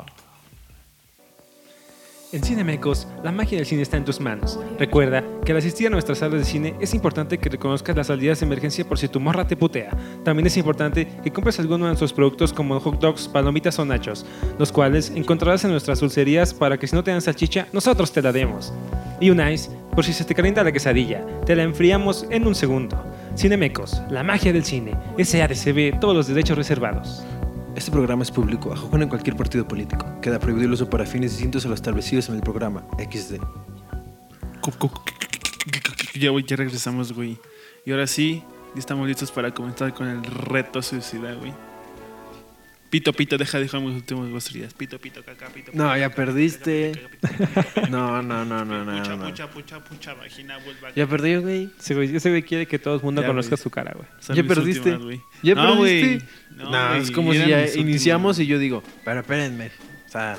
S4: En Cinemecos, la magia del cine está en tus manos. Recuerda que al asistir a nuestras salas de cine es importante que reconozcas las salidas de emergencia por si tu morra te putea. También es importante que compres alguno de nuestros productos como hot dogs, palomitas o nachos, los cuales encontrarás en nuestras dulcerías para que si no te dan salchicha, nosotros te la demos. Y un ice, por si se te calienta la quesadilla, te la enfriamos en un segundo. Cinemecos, la magia del cine. SADCB, todos los derechos reservados.
S1: Este programa es público, ajeno en cualquier partido político. Queda prohibido el uso para fines distintos a los establecidos en el programa. XD.
S2: Cu- cu- cu- Ya, güey, ya regresamos, güey. Y ahora sí, ya estamos listos para comenzar con el reto suicida, güey. Pito, pito, deja, dejamos los últimos groserías. Pito, pito, caca, pito.
S1: No, ya perdiste.
S2: caca, pito, caca, pito,
S1: No, no, no, no, no.
S2: Pucha,
S1: no.
S2: pucha, pucha, pucha, vagina, vulva.
S1: Ya perdí, güey.
S4: Ese güey, ese güey quiere que todo el mundo
S2: Ya,
S4: conozca
S2: güey.
S4: su cara, güey.
S2: Son
S1: ya
S2: mis
S1: perdiste.
S2: últimas, güey.
S1: Ya
S2: No, güey.
S1: perdiste. No,
S2: güey,
S1: es como si
S2: eran
S1: ya
S2: mis últimas.
S1: iniciamos y yo digo, pero espérenme. O sea,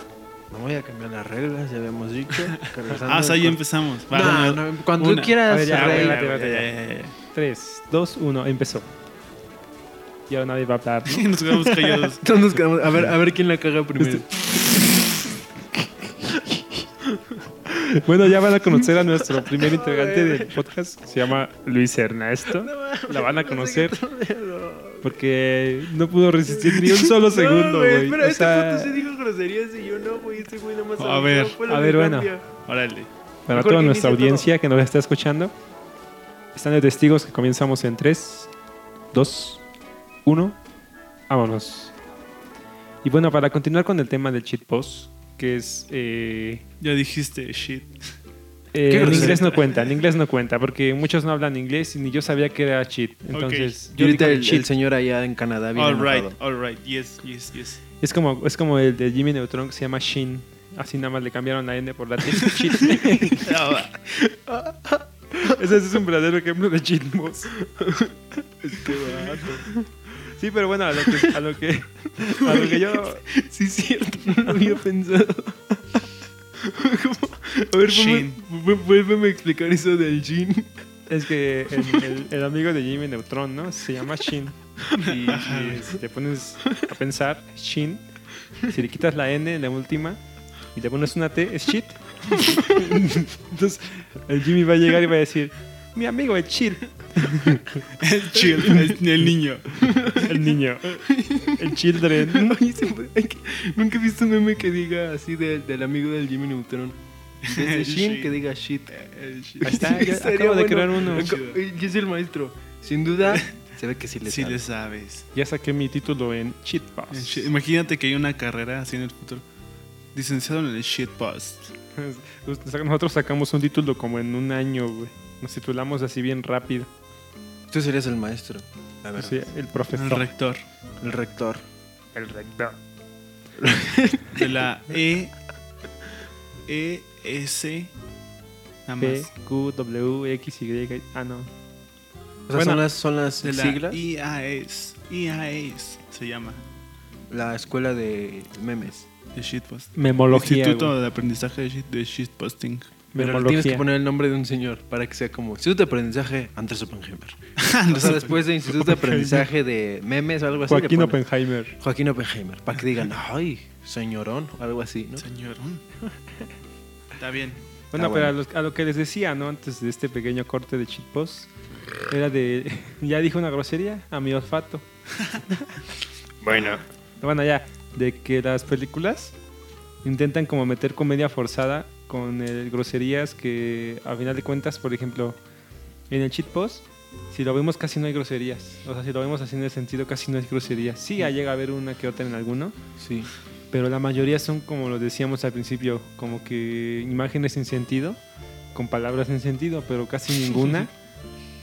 S1: no voy a cambiar las reglas, ya habíamos dicho. que regresando
S2: Ah, o sea,
S1: al
S2: ya
S1: cor-
S2: empezamos. Va,
S1: No,
S2: una-
S1: no, cuando tú
S2: una.
S1: quieras,
S4: A ver, ya,
S2: Ya, güey,
S1: arregla.
S2: ya,
S4: Arréglate,
S2: güey, eh, ya,
S4: arréglate.
S2: ya, ya,
S4: 3, 2, 1, empezó. Y ahora nadie va a hablar,
S2: ya. eh. Nos quedamos callados.
S1: Entonces nos quedamos- a ver, a ver quién la caga primero.
S4: ¿no? Bueno, ya van a conocer a nuestro primer integrante del podcast. Se llama Luis Ernesto. La van a conocer porque no pudo resistir ni un solo segundo, güey.
S1: Pero
S4: O sea,
S1: este puto se dijo groserías y yo no, güey. Este güey nomás.
S2: A
S1: habló,
S2: ver,
S1: fue lo
S4: a
S1: que
S4: ver, bueno.
S1: cambia.
S2: Órale.
S4: Para
S1: Mejor
S4: toda
S1: que
S4: nuestra
S1: inicie
S4: audiencia que nos está escuchando, están de testigos que comenzamos en 3, 2, 1. Vámonos. Y bueno, para continuar con el tema del cheat post, que es. eh,
S2: Ya dijiste shit.
S4: eh, en
S1: grosero.
S4: inglés no cuenta, en inglés no cuenta, porque muchos no hablan inglés y ni yo sabía que era cheat. Entonces,
S1: Y
S4: yo
S1: ahorita
S4: digo
S1: el,
S4: cheat.
S1: el señor allá en Canadá viene
S2: All right, all right. Yes, yes, yes.
S4: Es, como, es como el de Jimmy Neutron que se llama Shin. Así nada más le cambiaron la N por la T. cheat.
S2: Ah, va.
S4: Ese es un verdadero ejemplo de chismos.
S1: Este
S4: Sí, pero bueno, a lo que, a lo que, a lo que yo...
S1: Sí, es cierto, no lo había pensado. ¿Cómo? A ver,
S2: Shin.
S1: vuelve- vu- vuélveme a explicar eso del Jin.
S4: Es que el, el- el amigo de Jimmy Neutron, ¿no? Se llama Shin. Y, y si te pones a pensar, Shin, si le quitas la N, la última, y le pones una T, es shit. Entonces, el Jimmy va a llegar y va a decir, Mi amigo es chill.
S2: El chill, el, el niño.
S4: El niño. El children.
S1: Oye, siempre- hay que- nunca he visto un meme que diga así de- del amigo del Jimmy Neutron. Desde
S2: El
S1: Shin
S2: shit.
S1: que diga shit.
S2: El shit.
S4: Ahí está, ya
S1: Estaría
S4: acabo de
S1: bueno.
S4: crear uno.
S1: Ac- Yo soy el maestro. Sin duda, se ve que sí le
S2: Si
S1: sabe.
S2: le sabes.
S4: Ya saqué mi título en Cheat
S2: El
S4: Pass.
S2: shit. Imagínate que hay una carrera así en el futuro. Licenciado en el shit post.
S4: Nosotros sacamos un título como en un año, güey. Nos titulamos así bien rápido.
S1: Tú serías el maestro. A ver,
S4: Sí, el
S2: El
S4: profesor.
S2: rector
S1: el rector.
S3: El rector.
S2: de la E. E. S. Nada
S4: P,
S2: más.
S4: Q, W, X, Y. Ah, no.
S1: O sea,
S4: Bueno,
S1: son las, son las
S2: De la
S1: siglas.
S2: IAS. IAS se llama.
S1: La escuela de memes.
S2: De shitpost.
S4: Memología.
S2: Instituto
S4: güey.
S2: de Aprendizaje de shit- de shitposting.
S1: Pero le tienes que
S4: Memología.
S1: poner el nombre de un señor para que sea como Instituto de Aprendizaje Andrés Oppenheimer. O sea, después de Instituto de Aprendizaje de Memes o algo así. le
S4: Joaquín
S1: pones
S4: Oppenheimer.
S1: Joaquín Oppenheimer. Para que digan, ay, señorón o algo así, ¿no?
S2: Señor. Está bien.
S4: Bueno,
S1: Ah,
S4: pero
S1: bueno.
S4: a, los- a lo que les decía, ¿no? Antes de este pequeño corte de cheat post, era de. Ya dije una grosería a mi olfato.
S7: Bueno.
S4: Bueno, ya, de que las películas intentan como meter comedia forzada con el- groserías que a final de cuentas, por ejemplo, en el cheat post, si lo vemos casi no hay groserías. O sea, si lo vemos así en el sentido casi no hay groserías. Sí, ya llega a haber una que otra en alguno,
S1: Sí.
S4: pero la mayoría son como lo decíamos al principio, como que imágenes sin sentido, con palabras sin sentido, pero casi ninguna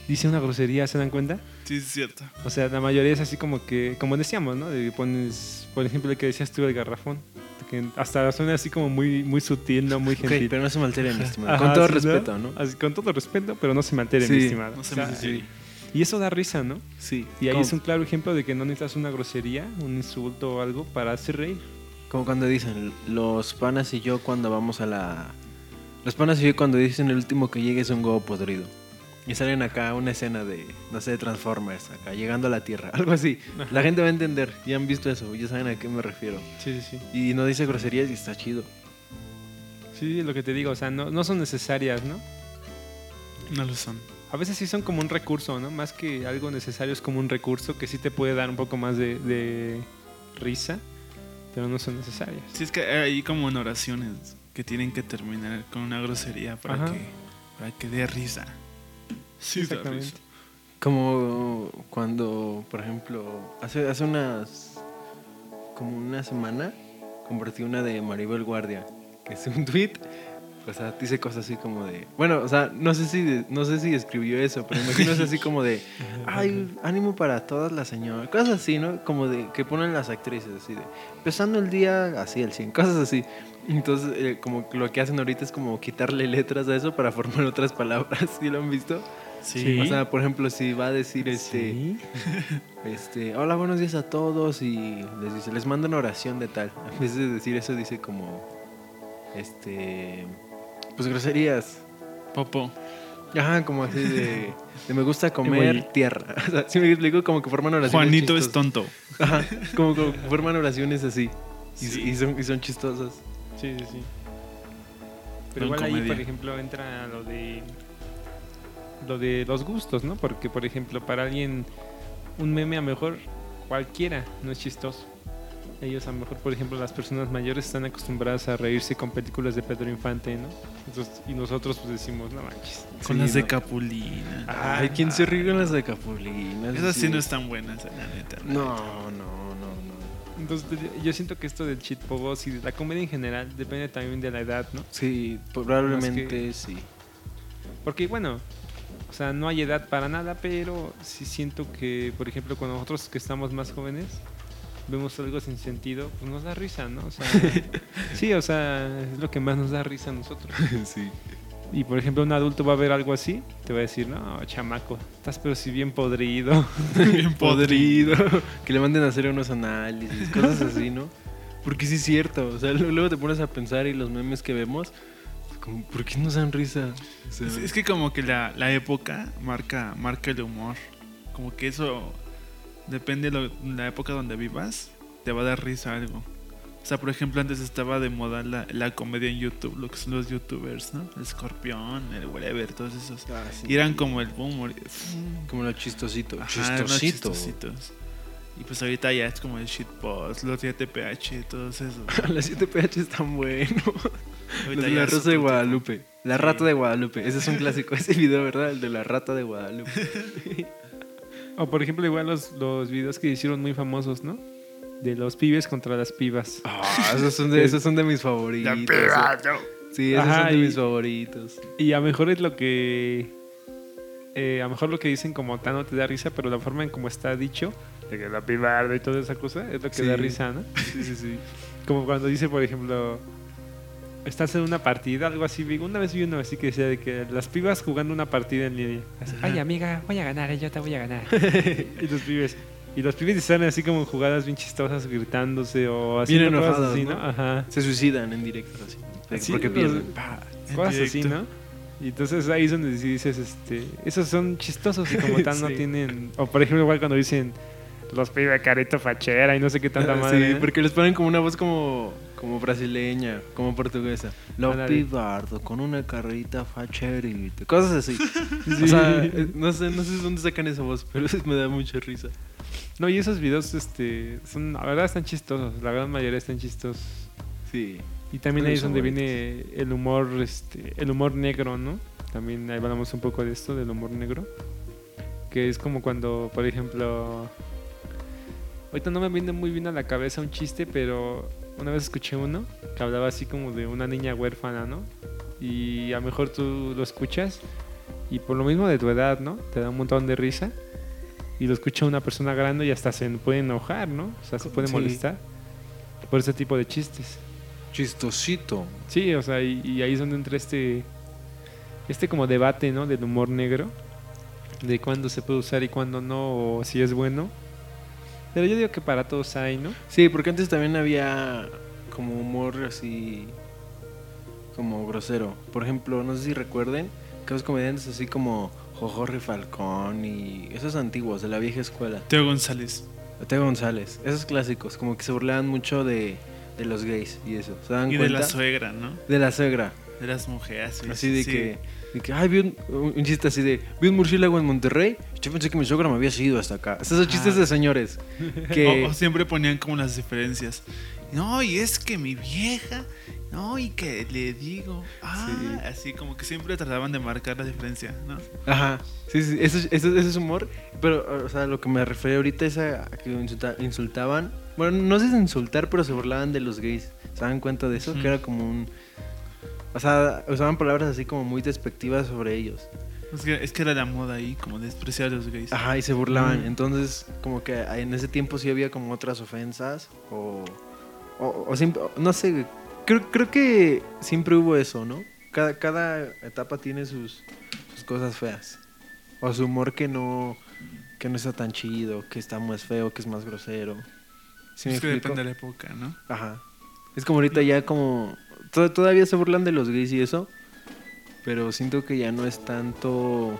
S4: dice una grosería, ¿se dan cuenta?
S2: Sí, es cierto.
S4: O sea, la mayoría es así como que, como decíamos, ¿no? De que pones, por ejemplo, el que decías tú, el garrafón. Que hasta suena así como muy, muy sutil, ¿no? Muy
S1: Ok,
S4: gentil.
S1: pero no se me alteren, mi estimado.
S4: Ajá,
S1: Con todo
S4: sí, Ah,
S1: respeto, ¿no?
S4: Así, con todo respeto, pero no se me altere,
S1: Sí,
S4: mi estimado.
S2: No se
S4: O sea,
S2: me hace-
S4: Y eso da risa, ¿no?
S1: Sí.
S4: Y ahí
S1: como,
S4: es un claro ejemplo de que no necesitas una grosería, un insulto o algo para hacer reír.
S1: como cuando dicen, los panas y yo cuando vamos a la... Los panas y yo cuando dicen el último que llegue es un huevo podrido. Y salen acá una escena de, no sé, de Transformers, acá, llegando a la Tierra, algo así. La gente va a entender, ya han visto eso, ya saben a qué me refiero.
S4: Sí, sí, sí.
S1: Y no dice groserías y está chido.
S4: Sí, lo que te digo, o sea, no, no son necesarias, ¿no?
S2: No lo son.
S4: A veces sí son como un recurso, ¿no? Más que algo necesario, es como un recurso que sí te puede dar un poco más de, de risa, pero no son necesarias.
S2: Sí, es que hay como en oraciones que tienen que terminar con una grosería para,
S4: Ajá.
S2: que, para que dé risa. Sí, da
S4: Exactamente.
S2: risa.
S1: Como cuando, por ejemplo, hace, hace unas. como una semana, compartí una de Maribel Guardia, que es un tweet. O sea, dice cosas así como de. Bueno, o sea, no sé si, no sé si escribió eso, pero imagino es así como de. Ay, ánimo para todas las señoras. Cosas así, ¿no? Como de que ponen las actrices, así de. Empezando el día así, el 100, cosas así. Entonces, eh, como lo que hacen ahorita es como quitarle letras a eso para formar otras palabras. ¿Sí lo han visto?
S4: Sí.
S1: O sea, por ejemplo, si va a decir este,
S4: Sí.
S1: este, hola, buenos días a todos y les dice, les manda una oración de tal. En vez de decir eso, dice como, este, pues groserías.
S2: Popo.
S1: Ajá, como así de, de me gusta comer tierra. O sea, si me explico, como que forman oraciones.
S2: Juanito es
S1: chistosas.
S2: tonto.
S1: Ajá, como que forman oraciones así. Y,
S2: Sí.
S1: y son, y son chistosas.
S4: Sí, sí, sí. Pero
S2: No en
S4: igual ahí,
S2: comedia.
S4: por ejemplo, entra lo de lo de los gustos, ¿no? Porque, por ejemplo, para alguien un meme a lo mejor cualquiera no es chistoso. Ellos a lo mejor, por ejemplo, las personas mayores están acostumbradas a reírse con películas de Pedro Infante, ¿no? Entonces, y nosotros pues decimos, no manches.
S2: Con
S1: Sí,
S2: las de
S1: no.
S2: Capulina.
S1: Ay, ¿quién se ríe con las de Capulina?
S2: Esas Ah, sí no están buenas, la neta.
S1: No, no, no, no.
S4: Entonces, te- yo siento que esto del cheat pogos y de la comedia en general depende también de la edad, ¿no?
S1: Sí, probablemente sí.
S4: Porque bueno, o sea, no hay edad para nada, pero sí siento que, por ejemplo, con nosotros que estamos más jóvenes, vemos algo sin sentido, pues nos da risa, ¿no? O sea, sí, o sea, es lo que más nos da risa a nosotros.
S1: sí.
S4: Y por ejemplo, un adulto va a ver algo así, te va a decir, no, chamaco, estás pero si bien podrido.
S2: Bien
S1: podrido, que le manden a hacer unos análisis, cosas así, ¿no? Porque sí es cierto, o sea, lu- luego te pones a pensar y los memes que vemos, pues, como, ¿por qué nos dan risa? O sea,
S2: Es, es que como que la, la época marca, marca el humor. Como que eso depende de lo- la época donde vivas, te va a dar risa algo. O sea, por ejemplo, antes estaba de moda la, la comedia en YouTube, lo que son los youtubers, ¿no? El escorpión, el whatever, todos esos.
S1: Ah, sí.
S2: Y eran como el boom. ori-
S1: Como lo chistosito.
S2: Ajá, eran los
S1: chistosito.
S2: chistositos. Y pues ahorita ya es como el shitpost, los 7ph, todos esos.
S1: Las 7 PH están buenos. Los
S2: Ahorita
S1: de
S2: ya
S1: la
S2: es
S1: Rosa de
S2: otro
S1: Guadalupe. La rata de Guadalupe. Ese es un clásico. Ese video, ¿verdad? El de la rata de Guadalupe.
S4: O por ejemplo, igual los, los videos que hicieron muy famosos, ¿no? De los pibes contra las pibas.
S1: Ah, esos, son de, esos son de mis favoritos. Sí, esos
S4: Ajá,
S1: son de
S4: y-
S1: mis favoritos.
S4: Y a lo mejor es lo que. eh, a lo mejor lo que dicen como tan no te da risa, pero la forma en como está dicho, de que la pibarda y toda esa cosa, es lo que
S1: Sí.
S4: da risa, ¿no? Sí, sí, sí. Como cuando dice, por ejemplo, estás en una partida, algo así. vi- Una vez vi uno así que decía de que las pibas jugando una partida en línea. Así, Ay, amiga, voy a ganar, eh, yo te voy a ganar. y los pibes. Y los pibes están así como en jugadas bien chistosas, gritándose o así.
S1: Bien enojados,
S4: así,
S1: ¿no?
S4: Ajá.
S1: Se suicidan en directo así.
S2: Ah,
S4: Sí,
S1: porque
S4: los-
S1: pierden.
S2: En
S4: cosas así,
S2: directo.
S4: ¿no? Y entonces ahí es donde sí dices, este, esos son chistosos y como tal no
S1: Sí.
S4: tienen, o por ejemplo igual cuando dicen los pibes carito fachera y no sé qué tanta
S1: Ah,
S4: madre. ¿eh?
S1: sí,
S4: ¿no?
S1: porque les ponen como una voz como, como brasileña, como portuguesa. Lo
S4: Ándale.
S1: pibardo con una carrita facherita. Cosas así. O sea, eh, no sé, no sé dónde sacan esa voz, pero me da mucha risa.
S4: No, y esos videos, este, son, la verdad están chistosos, la gran mayoría están chistosos.
S1: Sí.
S4: Y
S1: Son
S4: también ahí
S1: mis
S4: es donde viene el humor, este, el humor negro, ¿no? También ahí hablamos un poco de esto, del humor negro. Que es como cuando, por ejemplo, ahorita no me viene muy bien a la cabeza un chiste, pero una vez escuché uno que hablaba así como de una niña huérfana, ¿no? Y a lo mejor tú lo escuchas y por lo mismo de tu edad, ¿no? Te da un montón de risa y lo escucha una persona grande y hasta se puede enojar, ¿no? O sea, se puede
S1: Sí.
S4: molestar por ese tipo de chistes.
S1: Chistosito.
S4: Sí, o sea, y, y ahí es donde entra este, este como debate, ¿no? Del humor negro, de cuándo se puede usar y cuándo no, o si es bueno. Pero yo digo que para todos hay, ¿no?
S1: Sí, porque antes también había como humor así como grosero. Por ejemplo, no sé si recuerden que los comediantes así como Jorge Falcón y esos antiguos de la vieja escuela.
S2: Teo González.
S1: Teo González, esos clásicos, como que se burlaban mucho de, de los gays y eso. ¿Se dan
S2: Y de
S1: cuenta?
S2: la suegra, ¿no?
S1: De la suegra.
S2: De las mujeres. sí,
S1: Así de
S2: sí.
S1: que, de que, ay, vi un, un chiste así de, vi un murciélago en Monterrey, yo pensé que mi suegra me había seguido hasta acá. Esos chistes de señores. Que,
S2: Ah. O, o siempre ponían como las diferencias. No, y es que mi vieja. No, y que le digo. Ah, así como que siempre trataban de marcar la diferencia, ¿no?
S1: Ajá. Sí, sí, eso, eso- eso es humor. Pero, o sea, lo que me refería ahorita es a, a que insulta- insultaban. Bueno, no sé si insultar, pero se burlaban de los gays. ¿Se dan cuenta de eso? Que era como un. O sea, usaban palabras así como muy despectivas sobre ellos.
S2: Es que, es que era la moda ahí, como despreciar a los gays.
S1: Ajá, y se
S2: Mm.
S1: burlaban. Entonces, como que en ese tiempo sí había como otras ofensas. O. O, o siempre- o- no sé. Creo, creo que siempre hubo eso, ¿no? Cada, cada etapa tiene sus, sus cosas feas. O su humor que no. Que no está tan chido, que está más feo, que es más grosero. ¿Sí me
S2: es que
S1: explico?
S2: depende de la época, ¿no?
S1: Ajá. Es como ahorita ya como... to- Todavía se burlan de los gays y eso. Pero siento que ya no es tanto...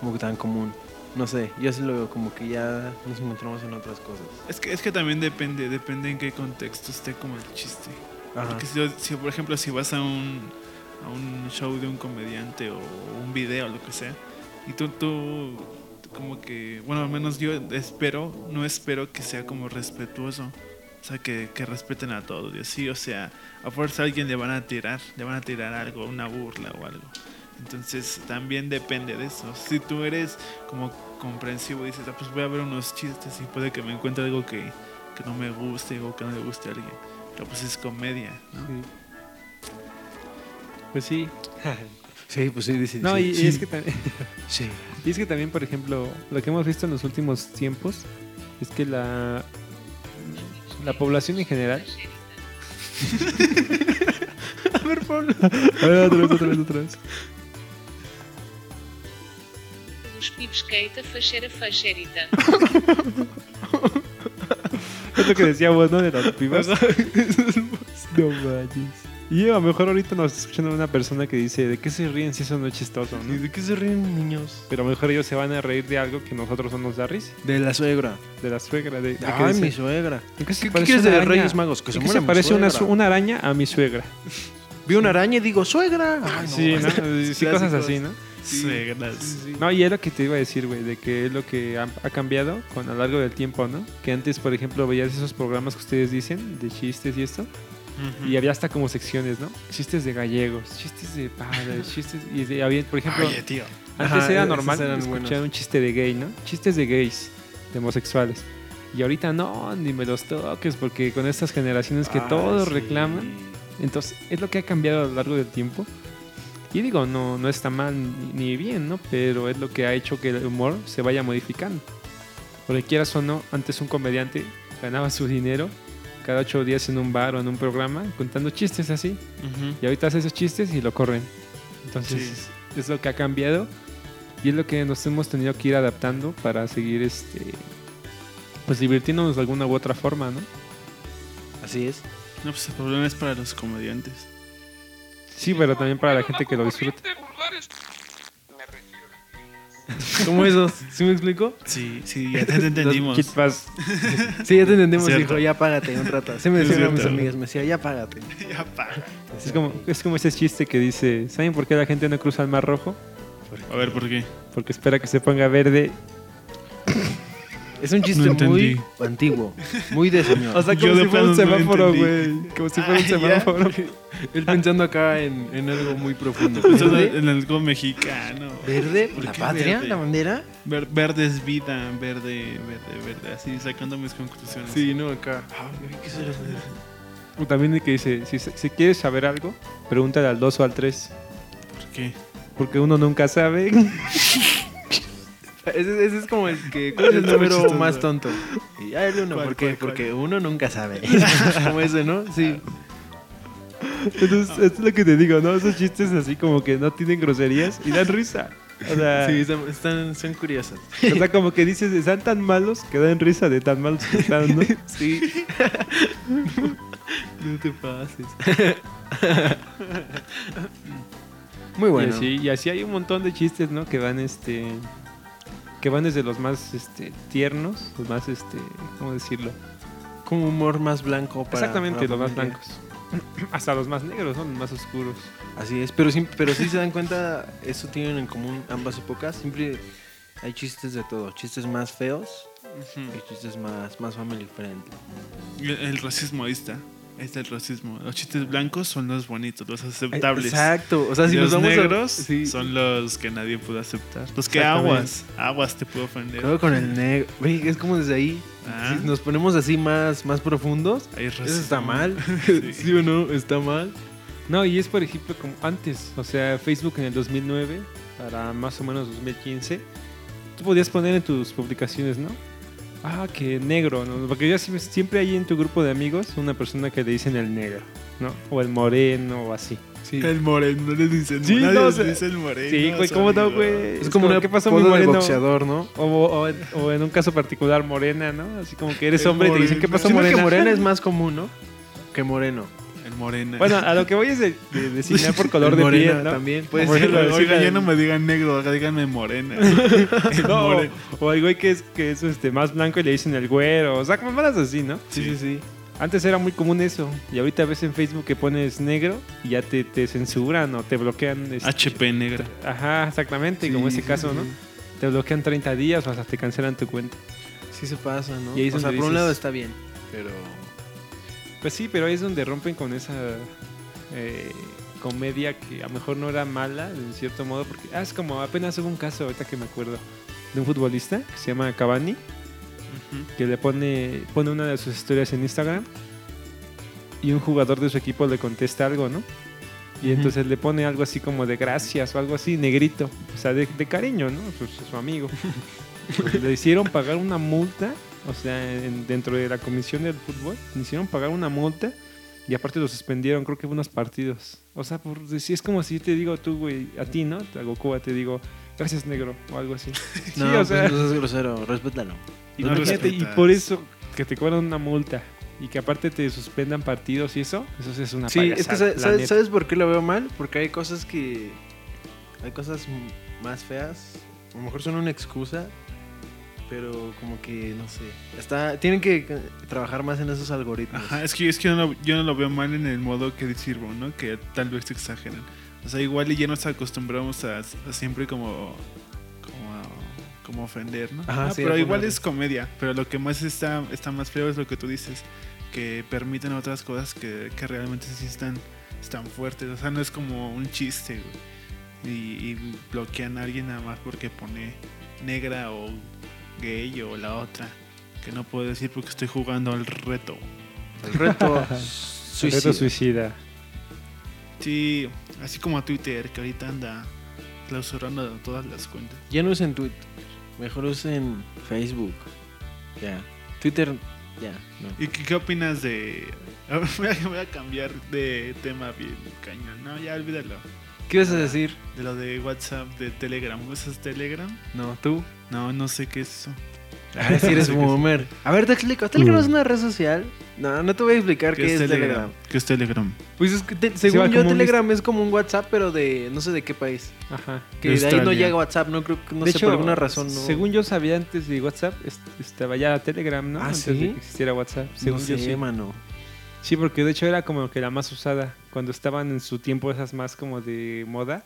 S1: Como que tan común. No sé, yo sí lo veo como que ya nos encontramos en otras cosas.
S2: Es que, es que también depende, depende en qué contexto esté como el chiste.
S1: Ajá.
S2: Porque si, si, por ejemplo, si vas a un, a un show de un comediante o un video, lo que sea, y tú, tú como que, bueno, al menos yo espero, no espero que sea como respetuoso. O sea, que, que respeten a todos. Y así, o sea, a fuerza a alguien le van a tirar, le van a tirar algo, una burla o algo. Entonces también depende de eso. Si tú eres como comprensivo y dices, "Ah, pues voy a ver unos chistes y puede que me encuentre algo que, que no me guste o que no le guste a alguien. Pero pues es comedia,
S4: Ah.
S2: ¿no?
S4: Pues sí.
S1: Sí, pues sí, dice.
S4: No,
S1: sí,
S4: y, y
S1: sí,
S4: es que también...
S1: sí.
S4: Y es que también, por ejemplo, lo que hemos visto en los últimos tiempos es que la, la población en general. A ver, Pablo. A ver, otra vez, otra vez, otra vez.
S8: Os pibes queita facheira facherita.
S4: Es lo que decíamos, ¿no? De las pibas. no manches. Y a lo mejor ahorita nos está escuchando una persona que dice, ¿de qué se ríen si eso no es chistoso? ¿no?
S1: ¿Y ¿De qué se ríen niños?
S4: Pero a lo mejor ellos se van a reír de algo que nosotros no nos da risa.
S1: De la suegra.
S4: De la suegra, de, de que
S1: Ah, Ay,
S4: dice,
S1: mi suegra.
S4: ¿en qué se
S1: ¿Qué- qué
S4: parece
S1: quieres
S4: una
S1: de
S4: araña?
S1: Reyes Magos? Que
S4: ¿En
S1: se
S4: qué
S1: muera mi
S4: parece una, su-
S1: suegra.
S4: una araña a mi suegra?
S1: Vi una araña y digo, suegra. Ay,
S4: sí,
S1: Ah, no.
S4: ¿no? Sí, cosas así, ¿no?
S2: Suegras.
S4: No, y es lo que te iba a decir, güey, de que es lo que ha, ha cambiado con a lo largo del tiempo, ¿no? Que antes, por ejemplo, veías esos programas que ustedes dicen, de chistes y esto, y había hasta como secciones, ¿no? Chistes de gallegos, chistes de padres, chistes... Y de- había, por ejemplo,
S2: Oye, tío.
S4: antes
S1: Ajá,
S4: era
S1: esos
S4: normal
S1: eran
S4: escuchar
S1: buenos.
S4: un chiste de gay, ¿no? Chistes de gays, de homosexuales. Y ahorita no, ni me los toques, porque con estas generaciones que
S1: Ah,
S4: todos
S1: sí.
S4: reclaman, entonces, es lo que ha cambiado a lo largo del tiempo. Y digo, no, no está mal ni- ni bien, ¿no? Pero es lo que ha hecho que el humor se vaya modificando. Porque quieras o no, antes un comediante ganaba su dinero cada ocho días en un bar o en un programa contando chistes así.
S2: Ujú.
S4: Y ahorita hace esos chistes y lo corren. Entonces, es lo que ha cambiado. Y es lo que nos hemos tenido que ir adaptando para seguir este pues divirtiéndonos de alguna u otra forma, ¿no?
S1: Así es.
S2: No, pues el problema es para los comediantes.
S4: Sí, pero también para la gente que lo disfruta.
S1: ¿Cómo esos? ¿Sí me explico?
S2: Sí, sí, ya te entendimos.
S4: Kid Pass.
S1: Sí, ya te entendimos,
S2: Cierto.
S1: hijo. Ya págate un rato. Así me
S2: Es
S1: decían a mis
S2: cierto.
S1: amigas. Me decía, ya págate.
S2: Ya, pa.
S4: Es como, es como ese chiste que dice, ¿saben por qué la gente no cruza el mar rojo?
S2: A ver, ¿por qué?
S4: Porque espera que se ponga verde.
S1: Es un
S2: No
S1: chiste
S2: entendí.
S1: muy antiguo. Muy de señor.
S4: O sea, como
S2: Yo de
S4: si fuera un
S2: plano no
S4: semáforo,
S2: entendí.
S4: güey. Como si fuera un
S2: Ah,
S4: semáforo.
S1: Él pensando acá en, en algo muy profundo.
S4: Pues,
S2: Pensando
S1: ¿Verde?
S2: en algo mexicano.
S1: ¿Verde?
S2: ¿Por
S1: ¿La
S2: qué
S1: patria?
S2: verde?
S1: ¿La bandera?
S2: Ver- verde es vida, verde, verde, verde. Así sacando mis conclusiones.
S1: no, acá.
S4: O También el que dice, si, si quieres saber algo, pregúntale al 2 o al 3.
S2: ¿Por qué?
S4: Porque uno nunca sabe.
S1: pues, Ese, ese es como el que. ¿Cuál es el
S2: Está muy
S1: número
S2: chistoso.
S1: más tonto? Y ya el uno.
S2: ¿Cuál,
S1: ¿Por qué?
S2: cuál, cuál?
S1: Porque uno nunca sabe. como ese, ¿no? Sí.
S4: Entonces,
S1: Ah.
S4: esto es lo que te digo, ¿no? Esos chistes así como que no tienen groserías y dan risa. O sea,
S1: Sí, son- están, son curiosos.
S4: o sea, como que dices, están tan malos que dan risa de tan malos que están, ¿no?
S1: Sí.
S2: No te pases.
S1: Muy bueno.
S4: Y así, y así hay un montón de chistes, ¿no? Que van este que van desde los más este tiernos, los más este, ¿cómo decirlo?
S1: Como humor más blanco para.
S4: Exactamente,
S1: para
S4: los más
S1: familia.
S4: blancos. Hasta los más negros, ¿no? Los más oscuros.
S1: Así es, pero sí, pero sí se dan cuenta, eso tienen en común ambas épocas. Siempre hay chistes de todo, chistes más feos y chistes más, más family friendly.
S2: El, el racismo, ahí está. Ahí está el racismo. Los chistes blancos son los bonitos, los aceptables.
S1: Exacto, o sea, si
S2: los
S1: nos vamos a-
S2: negros
S1: sí.
S2: son los que nadie pudo aceptar. Los que
S4: Exactamente.
S2: aguas, aguas te puedo ofender.
S1: Creo que con el negro, güey, es como desde ahí.
S2: Ah.
S1: Si nos ponemos así más, más profundos,
S2: Hay
S1: eso
S2: racismo.
S1: está mal.
S2: Sí.
S1: Sí. o no? Está mal.
S4: No, y es por ejemplo como antes, o sea, Facebook en el 2009 para más o menos 2015, tú podías poner en tus publicaciones, ¿no? Ah, que negro, ¿no? Porque ya siempre- siempre hay en tu grupo de amigos una persona que le dicen el negro, ¿no? O el moreno o así. Sí.
S2: El moreno, no les dicen
S4: Sí,
S2: nadie
S4: no,
S2: les
S4: o sea,
S2: dice el moreno.
S4: Sí, güey, ¿cómo no,
S2: amigo.
S4: güey?
S1: Es, como, una
S4: ¿qué
S1: ¿qué
S4: pasó,
S1: pasó
S4: mi
S1: de
S4: moreno?
S1: boxeador, ¿no?
S4: O, o- o en un caso particular, morena, ¿no? Así como que eres
S2: El
S4: hombre y te dicen,
S2: moreno.
S4: ¿qué pasó,
S1: Siento
S4: morena?
S1: que morena es más común, ¿no? Que moreno.
S2: El moreno.
S4: Bueno, a lo que voy es de, de designar por color
S1: El
S4: de
S1: morena
S4: piel, ¿no?
S1: también puede
S4: Por
S1: ser,
S4: ejemplo,
S1: güey.
S4: decirle
S2: Oiga, ya
S4: al-
S2: no me digan negro, acá díganme morena. El
S4: No,
S2: moreno.
S4: o el güey que es, que es este, más blanco y le dicen el güero. O sea, como malas así, ¿no?
S1: Sí, sí, sí.
S4: Antes era muy común eso. Y ahorita ves en Facebook que pones negro y ya te, te censuran o te bloquean. este-
S2: HP negra.
S4: Ajá, exactamente, como ese caso, ¿no? Te bloquean 30 días o hasta te cancelan tu cuenta.
S1: Sí se pasa, ¿no?
S4: Y ahí es
S1: o sea,
S4: donde
S1: por un
S4: dices-
S1: lado está bien, pero
S4: Pues sí, pero ahí es donde rompen con esa eh, comedia que a lo mejor no era mala, en cierto modo, porque ah, es como apenas hubo un caso, ahorita que me acuerdo, de un futbolista que se llama Cavani, que le pone, pone una de sus historias en Instagram y un jugador de su equipo le contesta algo, ¿no? Y entonces le pone algo así como de gracias o algo así, negrito, o sea, de, de cariño, ¿no? Su, su- su amigo. Pues le hicieron pagar una multa, o sea, en- dentro de la comisión del fútbol, le hicieron pagar una multa y aparte lo suspendieron, creo que unos partidos. O sea, por decir, es como si yo te digo tú, güey, a ti, ¿no? A Goku, te digo, gracias negro o algo así. sí,
S1: no,
S4: o sea,
S1: pues no seas grosero, respétalo.
S4: y
S2: no
S4: imagínate, y
S2: respetas.
S4: por eso que te cobran una multa. Y que aparte te suspendan partidos y eso, eso sí es una
S1: Sí, es que
S4: payasada,
S1: ¿sabes,
S4: la
S1: sabes-
S4: neta.
S1: ¿sabes por qué lo veo mal? Porque hay cosas que. Hay cosas m- más feas. A lo mejor son una excusa. Pero como que, no sé. Está, tienen que eh, trabajar más en esos algoritmos.
S2: Ajá, es que, es que yo, no, yo no lo veo mal en el modo que decir, ¿no? Que tal vez se exageran. O sea, igual y ya nos acostumbramos a, a siempre como, como, a- como ofender, ¿no?
S1: Ajá,
S2: Ah,
S1: sí,
S2: pero
S1: alguna
S2: igual
S1: vez.
S2: es comedia. Pero lo que más está, está más feo es lo que tú dices, que permiten otras cosas que, que realmente sí están, están fuertes. O sea, no es como un chiste, güey. Y, y bloquean a alguien nada más porque pone negra o gay o la otra. Que no puedo decir porque estoy jugando al reto.
S1: El reto
S4: El
S1: suicida.
S4: reto suicida.
S2: Sí, así como a Twitter, que ahorita anda clausurando todas las cuentas.
S1: Ya no usen Twitter. Mejor usen Facebook. Ya. Twitter, ya. no.
S2: ¿Y qué, qué opinas de.? A ver, voy a- voy a cambiar de tema bien cañón. No, ya olvídalo.
S1: ¿Qué ibas a decir?
S2: De lo de WhatsApp, de Telegram. ¿Usas Telegram?
S1: No, tú.
S2: No, no sé qué es eso.
S1: A ver si eres boomer. A ver, te explico. ¿Telegram es una red social? No, no te voy a explicar qué, Uh. es Telegram.
S2: ¿Qué es Telegram?
S1: Pues es que te-
S4: Sí, va
S1: según yo,
S4: como un
S1: Telegram es como un WhatsApp, pero de no sé de qué país.
S4: Ajá.
S1: Que de ahí no
S2: Australia.
S1: llega WhatsApp, no creo que no
S4: de
S1: sé
S4: hecho,
S1: por alguna razón. No.
S4: según yo sabía antes de WhatsApp, es- estaba ya Telegram, ¿no?
S1: Ah,
S4: antes
S1: ¿sí?
S4: de que existiera WhatsApp. Según
S1: no
S4: yo
S1: sé,
S4: sí.
S1: mano.
S4: Sí, porque de hecho era como que la más usada. Cuando estaban en su tiempo esas más como de moda,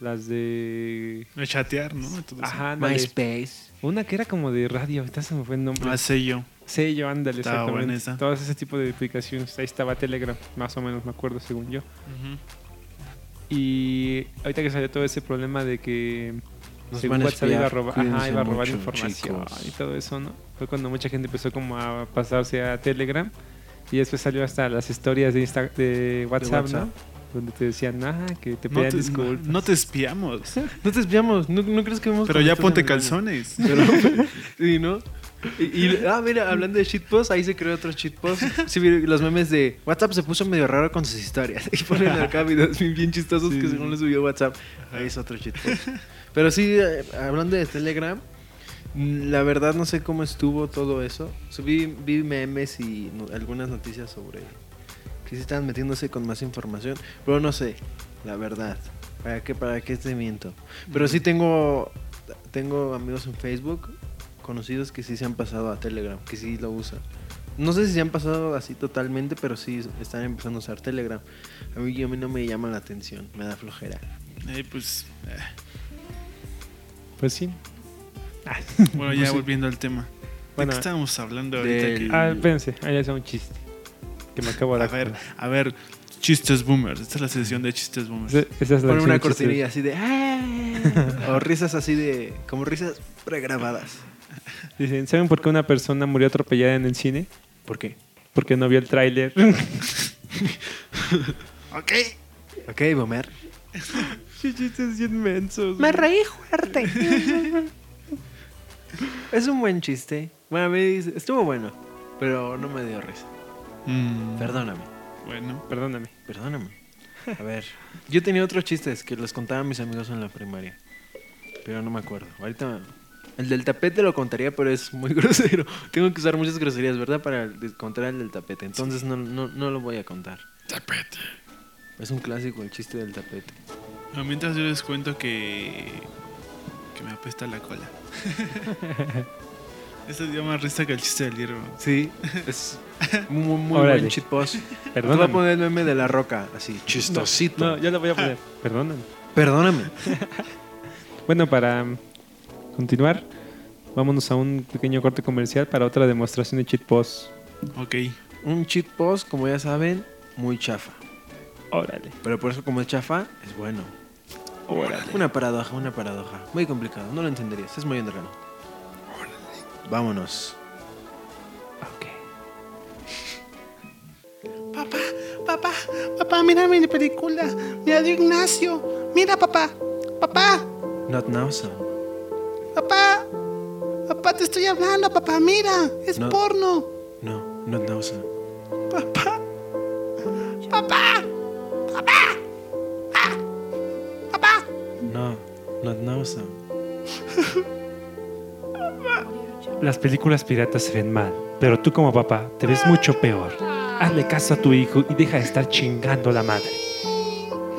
S4: las de...
S2: No, chatear, ¿no? Todo eso.
S4: Ajá, ándale.
S1: MySpace.
S4: Una que era como de radio, ahorita se me fue el nombre.
S2: Ah, sé yo.
S4: Sello, ándale,
S2: Estaba
S4: exactamente.
S2: buena esa.
S4: Todo ese tipo de aplicaciones. Ahí estaba Telegram, más o menos me acuerdo, según yo. Y ahorita que salió todo ese problema de que
S1: Nos
S4: según
S1: van a
S4: WhatsApp iba a
S1: espiar.
S4: robar, ajá,
S1: Cuídense
S4: iba a robar
S1: mucho,
S4: información
S1: chicos.
S4: y todo eso, ¿no? Fue cuando mucha gente empezó como a pasarse a Telegram y después salió hasta las historias de, Insta- de, WhatsApp,
S1: WhatsApp.
S4: ¿no? Donde te decían, ah, que te
S2: No
S4: pedían
S2: te, no,
S4: disculpas.
S2: no te espiamos.
S1: No te espiamos, no, no crees que vemos.
S2: Pero ya
S1: cositas
S2: ponte
S1: en el baño?
S2: calzones.
S1: Pero, sí, ¿no? Y, y- ah, mira, hablando de shitpost, ahí se creó otro shitpost. Sí, vi los memes de WhatsApp se puso medio raro con sus historias. Y ponen acá videos bien, bien chistosos que según le subió WhatsApp. Ahí es otro shitpost. Pero sí, eh, hablando de Telegram, mm, la verdad no sé cómo estuvo todo eso. Subí vi memes y no- algunas noticias sobre que sí estaban metiéndose con más información. Pero no sé, la verdad. ¿Para qué, para qué te miento? Pero sí tengo, tengo amigos en Facebook conocidos que sí se han pasado a Telegram, que sí lo usan. No sé si se han pasado así totalmente, pero sí están empezando a usar Telegram. A mí, a mí no me llama la atención, me da flojera.
S2: Eh, pues. eh.
S4: Pues sí.
S2: Bueno, ya volviendo al tema.
S4: Bueno,
S2: ¿De qué estábamos hablando ahorita?
S1: Pues del-
S2: que-
S4: ah, espérense, ahí les hago un chiste que me acabo de
S2: A ver,
S4: acordar.
S2: a ver, chistes boomers. Esta es la sesión de chistes boomers.
S4: Esa- esa es la
S1: Ponen
S4: acción
S1: una
S4: de chistes.
S1: cortinilla así de... "Ah", o risas así de... como risas pregrabadas.
S4: Dicen, ¿saben por qué una persona murió atropellada en el cine?
S1: ¿Por qué?
S4: Porque no vio el tráiler.
S2: Ok.
S1: Ok, Bomer.
S4: Qué chistes inmensos.
S1: reí fuerte. es un buen chiste. Bueno, a mí estuvo bueno, pero no me dio risa.
S2: Mm,
S1: Perdóname.
S2: Bueno,
S4: Perdóname.
S1: Perdóname. A ver, yo tenía otros chistes que los contaba a mis amigos en la primaria, pero no me acuerdo. Ahorita el del tapete lo contaría, pero es muy grosero. Tengo que usar muchas groserías, ¿verdad? Para de- contar el del tapete. Entonces no, no, no lo voy a contar. Tapete. Es un clásico el chiste del tapete.
S2: bueno, mientras yo les cuento que. que me apesta la cola. Esto dio más risa que el chiste del hierro.
S1: Sí, es muy, muy, muy
S4: Órale.
S1: buen chitpost. Te voy a
S4: Perdóname.
S1: poner el meme de la roca, así, chistosito.
S4: No, yo lo voy a poner.
S9: Ah.
S4: Perdóname.
S1: Perdóname.
S4: Bueno, para mm, continuar, vámonos a un pequeño corte comercial para otra demostración de cheat post.
S2: Ok.
S1: Un chitpost, como ya saben, muy chafa.
S4: Órale.
S1: Pero por eso como es chafa, es bueno. Una paradoja, una paradoja. Muy complicado, no lo entenderías. Es muy underground. Vámonos.
S10: Papá, papá, papá, mira mi película. Mira de Ignacio. Mira, papá. Papá,
S1: Not now, son.
S10: papá. Papá, te estoy hablando, papá. Mira, es
S1: No.
S10: porno.
S1: No, not now, son.
S10: Papá. Papá. Papá. Ah, Papá.
S1: No, not now, son.
S9: Las películas piratas se ven mal, pero tú como papá te ves mucho peor. Hazle caso a tu hijo y deja de estar chingando a la madre.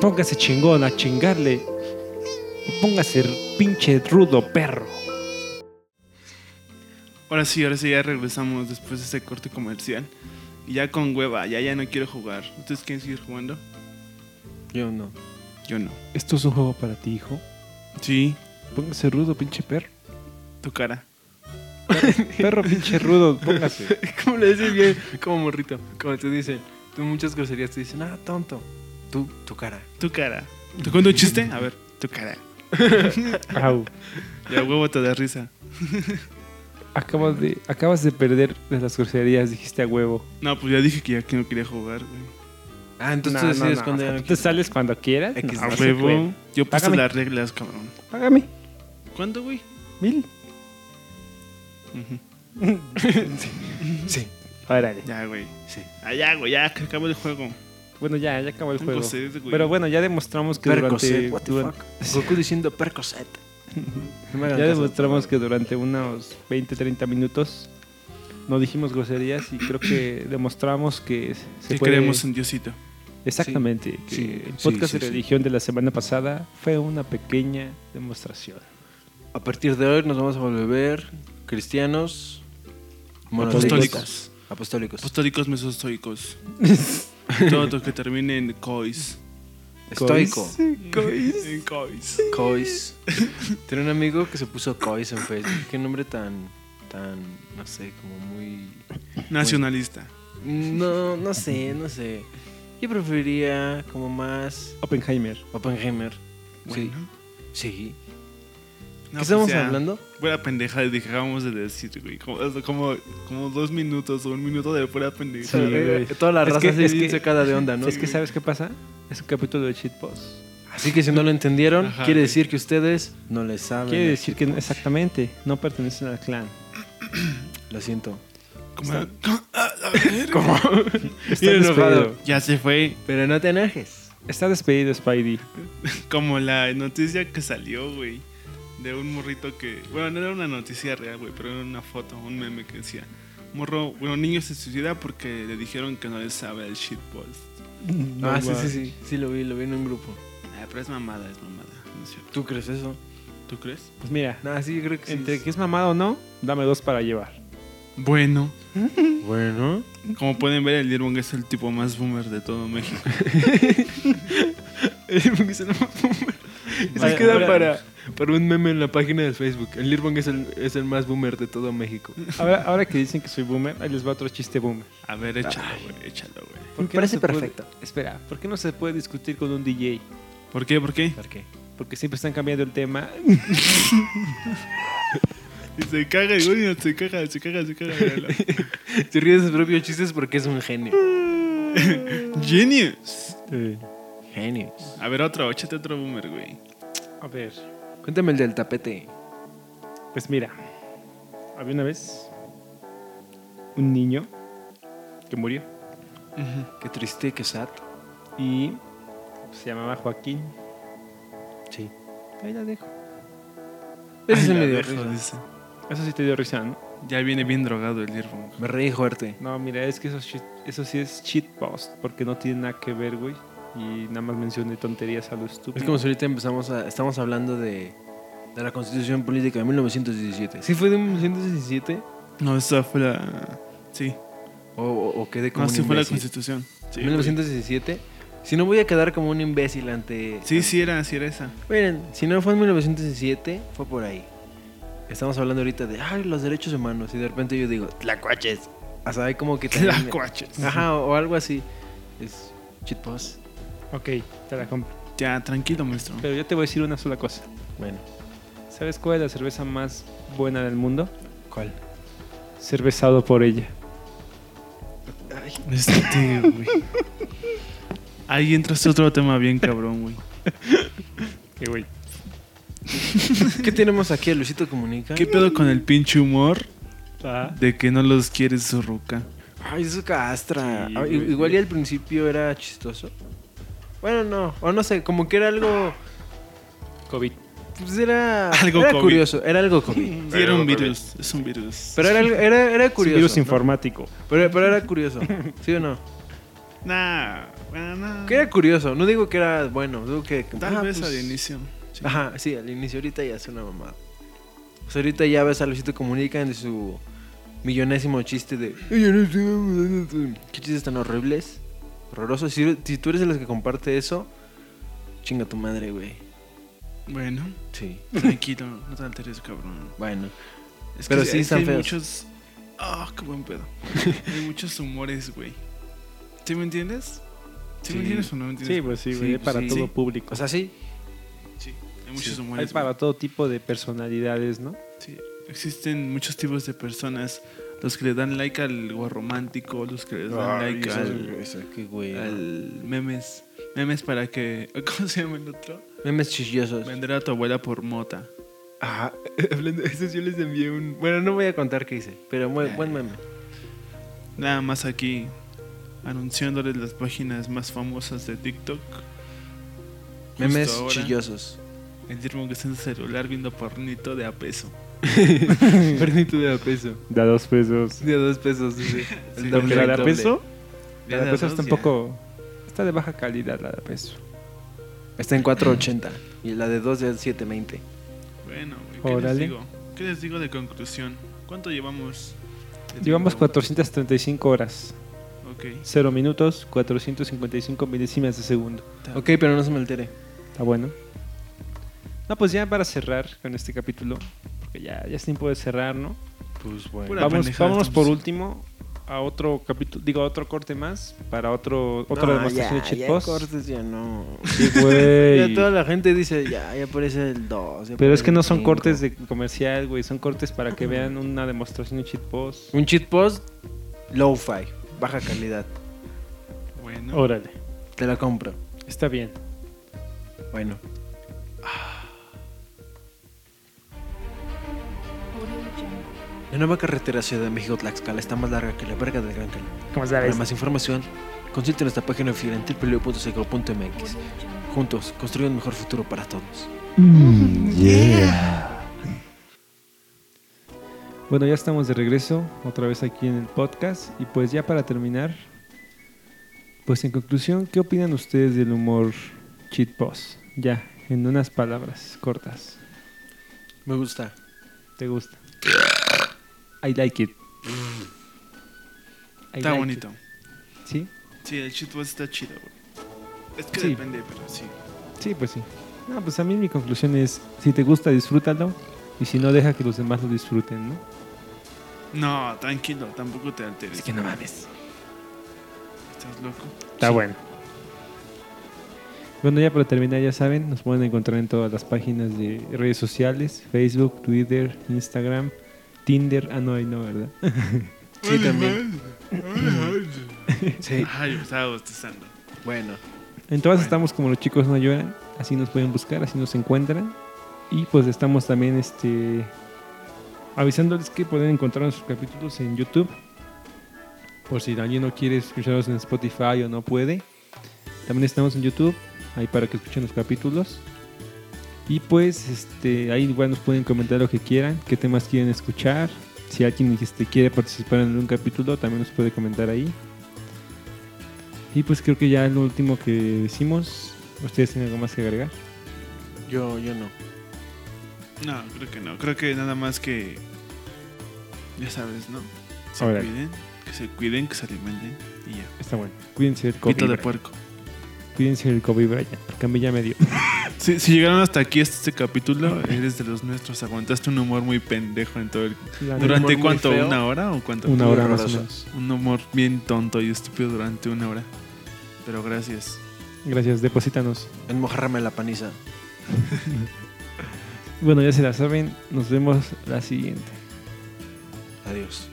S9: Póngase chingón a chingarle. Y póngase pinche rudo perro.
S2: Ahora sí, ahora sí, ya regresamos después de ese corte comercial. Y ya con hueva, ya, ya no quiero jugar. ¿Ustedes quieren seguir jugando?
S1: Yo no.
S2: Yo no.
S9: Esto es un juego para ti, hijo.
S2: Sí,
S9: Póngase rudo, pinche perro.
S2: tu cara.
S9: Perro, pinche rudo, póngase.
S1: como le dices bien, como morrito, como te dicen, tú muchas groserías te dicen, ah, tonto, tú, tu cara.
S2: Tu cara. ¿Te cuento un chiste? A ver, tu cara.
S9: Au.
S2: Ya huevo te da risa.
S4: Acabas de, acabas de perder de las groserías, dijiste a huevo.
S2: No, pues ya dije que ya que no quería jugar, güey.
S1: Ah, entonces
S4: No, no,
S1: sí es
S4: no.
S1: cuando ya
S4: Tú
S1: no
S4: te
S1: quieres.
S4: sales cuando quieras.
S1: X,
S4: No,
S2: A
S4: no se
S2: huevo.
S4: puede.
S2: Yo puse
S4: Págame.
S2: las reglas, cabrón.
S4: Págame.
S2: ¿Cuánto, güey?
S4: Mil.
S2: Ujú.
S1: Sí.
S4: Órale.
S2: Ya, güey. Sí. Allá, güey, ya que acabo el juego.
S4: Bueno, ya, ya acabó el
S2: Tengo
S4: juego.
S2: sed, güey.
S4: Pero bueno, ya demostramos que durante...
S1: Percocet, what the
S4: duran-
S1: fuck. Goku diciendo Percocet. No me hagan
S4: Ya
S1: caso.
S4: demostramos que durante unos 20, 30 minutos no dijimos groserías y creo que demostramos que se
S2: Que
S4: puede...
S2: creemos en Diosito.
S4: Exactamente. que
S1: sí,
S4: el
S1: sí,
S4: podcast
S1: sí,
S4: de
S1: sí.
S4: religión de la semana pasada fue una pequeña demostración.
S1: A partir de hoy nos vamos a volver cristianos
S2: Apostólicos.
S1: monoteístas. Apostólicos.
S2: Apostólicos mesostoicos. Todo lo que termine en cois.
S1: Estoico.
S2: Cois. En cois.
S1: Cois. Tiene un amigo que se puso Cois en Facebook. Qué nombre tan, tan, no sé, como muy...
S2: Nacionalista.
S1: No, no sé, no sé. Yo preferiría como más
S4: Oppenheimer.
S1: Oppenheimer.
S2: Bueno.
S1: Sí, sí.
S2: No,
S1: ¿Qué
S2: pues
S1: estamos
S2: ya.
S1: hablando?
S2: Fuera pendejada, dejamos de decir, güey. Como, como, como dos minutos o un minuto de fuera
S4: Sí,
S2: pendejada.
S4: güey.
S1: Eh, Toda la
S4: Es
S1: raza
S4: que-
S1: se
S4: es que-
S1: sacada de onda, ¿no?
S4: Es que ¿sabes qué pasa? Es un capítulo de shitpost.
S1: Así que si no lo entendieron,
S2: Ajá,
S1: quiere
S2: güey.
S1: decir que ustedes no le saben.
S4: Quiere decir que no- exactamente no pertenecen al clan.
S1: Lo siento.
S2: Como- Ah, a ver.
S4: Está
S1: Bien enojado.
S4: despedido.
S2: Ya se fue.
S1: Pero no te enojes.
S4: Está despedido Spidey.
S2: Como la noticia que salió, güey. De un morrito que. Bueno, no era una noticia real, güey, pero era una foto, un meme que decía: Morro, bueno, niño se suicida porque le dijeron que no le sabe el shitpost.
S1: ah, sí, sí, sí. Sí, lo vi, lo vi en un grupo.
S2: Ah, pero es mamada, es mamada. No es cierto.
S1: ¿Tú crees eso?
S2: ¿Tú crees?
S4: Pues mira,
S1: Nah, sí, yo creo que sí.
S4: entre que es mamado o no, dame dos para llevar.
S2: Bueno,
S1: Bueno.
S2: como pueden ver, el Dirbong es el tipo más boomer de todo México.
S1: Porque se
S4: Vaya,
S1: Se queda
S4: ahora-
S1: para, para un meme en la página de Facebook. El Lirbong es el, es el más boomer de todo México.
S4: Ahora, ahora que dicen que soy boomer, ahí les va otro chiste boomer.
S2: A ver, échalo, güey, échalo, güey.
S4: Me parece perfecto. espera, ¿por qué no se puede discutir con un DJ?
S2: ¿Por qué? ¿Por qué?
S1: ¿Por qué?
S4: Porque siempre están cambiando el tema.
S2: Y se caga, el güey, se caga, se caga, se caga. míralo.
S1: Se ríe de sus propios chistes porque es un genio.
S2: Genius.
S1: Genio.
S2: A ver, otro, échate otro boomer, güey.
S4: A ver,
S1: Cuéntame el del tapete.
S4: pues mira, había una vez un niño que murió
S1: Qué triste, qué sad.
S4: y se llamaba Joaquín.
S1: Sí.
S4: Ahí la dejo.
S1: Ese se
S2: Ay,
S1: me
S2: la
S1: dio
S2: dejo,
S1: risa.
S2: dice.
S4: Eso sí te dio risa, ¿no?
S2: Ya viene bien drogado el Dirbong.
S1: Me reí fuerte.
S4: No, mira, es que eso, es shit- eso sí es cheat post, porque no tiene nada que ver, güey. Y nada más mencioné tonterías a lo
S1: Es
S4: estúpido.
S1: como si ahorita empezamos a... Estamos hablando de, de la Constitución Política de 1917. ¿Sí fue de 1917?
S2: No, esa fue la. Sí.
S1: ¿O, o, o quedé como
S2: No,
S1: un
S2: Ah, sí fue la
S1: imbécil?
S2: constitución. Sí, güey.
S1: 1917. Si no voy a quedar como un imbécil ante...
S2: Sí, sí era, sí era esa.
S1: Miren, si no fue en 1917, fue por ahí. Estamos hablando ahorita de ay, los derechos humanos y de repente yo digo, tlacuaches. O sea, hay como que también-
S2: cuaches.
S1: Ajá, o, o algo así. Es chitpos.
S4: Ok, te la compro.
S2: Ya, tranquilo, maestro.
S4: Pero yo te voy a decir una sola cosa.
S1: Bueno,
S4: ¿Sabes cuál es la cerveza más buena del mundo?
S1: ¿cuál?
S4: Cervezado por ella.
S2: Este, güey. Ahí entraste a otro tema bien cabrón, güey.
S4: Qué güey.
S1: ¿Qué tenemos aquí? ¿A Luisito Comunica?
S2: ¿Qué pedo con el pinche humor
S4: Ah,
S2: de que no los quieres su ruca?
S1: Ay, eso castra.
S4: Sí,
S1: Ah, i-
S4: güey.
S1: Igual y al principio era chistoso. Bueno, no, o no sé, como que era algo
S4: COVID.
S1: pues era,
S2: Algo
S1: era
S2: COVID.
S1: curioso, era algo COVID.
S2: Sí, era un virus. Es un virus.
S1: Pero era, era, era curioso.
S9: virus
S1: ¿no?
S9: informático.
S1: Pero, pero era curioso, ¿sí o no?
S2: Nah, bueno, nah.
S1: Que era curioso, no digo que era bueno, digo que...
S2: Tal
S1: ah,
S2: vez
S1: pues,
S2: al inicio. sí.
S1: Ajá, sí, al inicio ahorita ya es una mamada. Pues ahorita ya ves a Luisito Comunica en su millonésimo chiste de... ¿Qué chistes tan horribles? Horrorosos. Si, si tú eres de los que comparte eso, chinga tu madre, güey.
S2: Bueno,
S1: Sí,
S2: tranquilo, no te alteres, cabrón.
S1: bueno.
S2: Es
S1: Pero
S2: que,
S1: sí
S2: es que
S1: están
S2: hay
S1: feos.
S2: muchos. Ah, qué buen pedo. hay muchos humores, güey. ¿Sí me entiendes?
S1: Sí.
S2: ¿Sí, me entiendes o no me entiendes?
S4: Sí, pues sí,
S1: Sí,
S4: güey. hay
S1: pues
S4: para
S1: sí.
S4: todo
S1: Sí.
S4: público.
S1: O sea, sí.
S2: Sí, hay muchos
S4: hay
S2: humores.
S4: para todo tipo de personalidades, ¿no?
S2: güey. Sí. Existen muchos tipos de personas. Los que le dan like al romántico, los que le dan like al,
S1: Qué güey.
S2: al memes. Memes para que. ¿Cómo se llama el otro?
S1: Memes chillosos.
S2: Vender a tu abuela por mota.
S1: Ajá, hablando de esos, yo les envié un. Bueno, no voy a contar qué hice, pero muy,
S2: Nah.
S1: buen meme.
S2: Nada más aquí anunciándoles las páginas más famosas de TikTok. Justo
S1: Memes
S2: ahora,
S1: chillosos.
S2: El Dirmo que está en su celular viendo pornito de a peso.
S1: Pernito de a peso.
S9: Da dos pesos.
S1: De a dos pesos, dice. El doble,
S9: Porque la
S1: el
S9: de a
S1: doble.
S9: peso,
S2: Ya
S4: La de
S2: de
S4: peso
S2: dos,
S4: está un
S2: ya.
S4: poco. Está de baja calidad la de peso.
S1: Está en 4.80 y la de 2 de 7.20.
S2: Bueno, güey, ¿qué les
S4: Órale.
S2: digo? ¿Qué les digo de conclusión? ¿Cuánto llevamos? de
S4: Llevamos
S2: tiempo?
S4: 435 horas,
S2: Ok.
S4: 0 minutos, 455 milésimas de segundo.
S1: Ok, pero no se me altere.
S4: Está bueno. No, pues ya para cerrar con este capítulo, porque ya, ya es tiempo de cerrar, ¿no?
S1: Pues bueno.
S2: Pura
S4: Vamos,
S2: pendejada
S4: vámonos por
S2: estamos.
S4: último a otro capítulo, digo, a otro corte más para otro, otra
S1: No,
S4: demostración
S1: ya,
S4: de cheat
S1: ya
S4: post.
S1: cortes, ya no.
S4: Sí, güey.
S1: Ya toda la gente dice, ya, ya aparece el 2. ya
S4: Pero es
S1: aparece
S4: que no
S1: el
S4: son
S1: cinco.
S4: cortes de comercial, güey, son cortes para que vean una demostración de cheat post.
S1: Un cheat post, low-fi, baja calidad.
S2: Bueno,
S9: Órale.
S1: Te la compro.
S9: Está bien.
S1: Bueno. La nueva carretera Ciudad de México Tlaxcala está más larga que la verga del Gran Cali.
S9: ¿Cómo
S1: Para
S9: sabes?
S1: más información, consulte nuestra página oficial en www.seco.mx. Juntos, construye un mejor futuro para todos.
S4: Bueno, ya estamos de regreso otra vez aquí en el podcast y pues ya para terminar, pues en conclusión, ¿qué opinan ustedes del humor cheat post? Ya, en unas palabras cortas.
S1: Me gusta.
S4: ¿Te gusta? I like it. I
S2: está
S4: like
S2: bonito.
S4: it. ¿Sí?
S2: Sí, el shitpost está chido, güey. Es que
S4: Sí.
S2: depende, pero sí.
S4: Sí, pues sí. No, pues a mí mi conclusión es, si te gusta, disfrútalo y si no, deja que los demás lo disfruten, ¿no?
S2: No, tranquilo, tampoco te alteres.
S4: no mames.
S2: Estás loco.
S9: Está bueno.
S4: Bueno, ya para terminar, ya saben, nos pueden encontrar en todas las páginas de redes sociales, Facebook, Twitter, Instagram, Tinder. Ah, no, ahí no, ¿verdad?
S1: Sí, también. Sí,
S2: Ay, me estaba bostezando.
S1: bueno.
S4: En todas estamos como los chicos no lloran, así nos pueden buscar, así nos encuentran. Y pues estamos también este avisándoles que pueden encontrar nuestros capítulos en YouTube. Por si alguien no quiere escucharlos en Spotify o no puede. También estamos en YouTube, ahí para que escuchen los capítulos. Y pues este, ahí igual nos pueden comentar lo que quieran, qué temas quieren escuchar. Si alguien este, quiere participar en un capítulo, también nos puede comentar ahí. Y pues creo que ya es lo último que decimos. ¿Ustedes tienen algo más que agregar?
S1: Yo, yo no.
S2: No, creo que no. Creo que nada más que. Ya sabes, ¿no? Se
S4: Órale.
S2: cuiden, que se cuiden, que se alimenten y ya.
S4: Está bueno. Cuídense del
S2: Pito
S4: COVID.
S2: de
S4: Bryant.
S2: puerco.
S4: Cuídense del COVID, Brian. Porque a mí ya me dio.
S2: Si, si llegaron hasta aquí este, este capítulo, eres de los nuestros. Aguantaste un humor muy pendejo en todo el.
S4: La neta,
S1: humor
S2: ¿Durante
S1: muy
S2: cuánto?
S1: feo.
S2: ¿Una hora o cuánto?
S4: una hora más o
S1: horroroso.
S4: menos.
S2: Un humor bien tonto y estúpido durante una hora. Pero gracias.
S4: Gracias, deposítanos.
S1: Enmojarme la paniza.
S4: Bueno, ya se la saben. Nos vemos la siguiente.
S1: Adiós.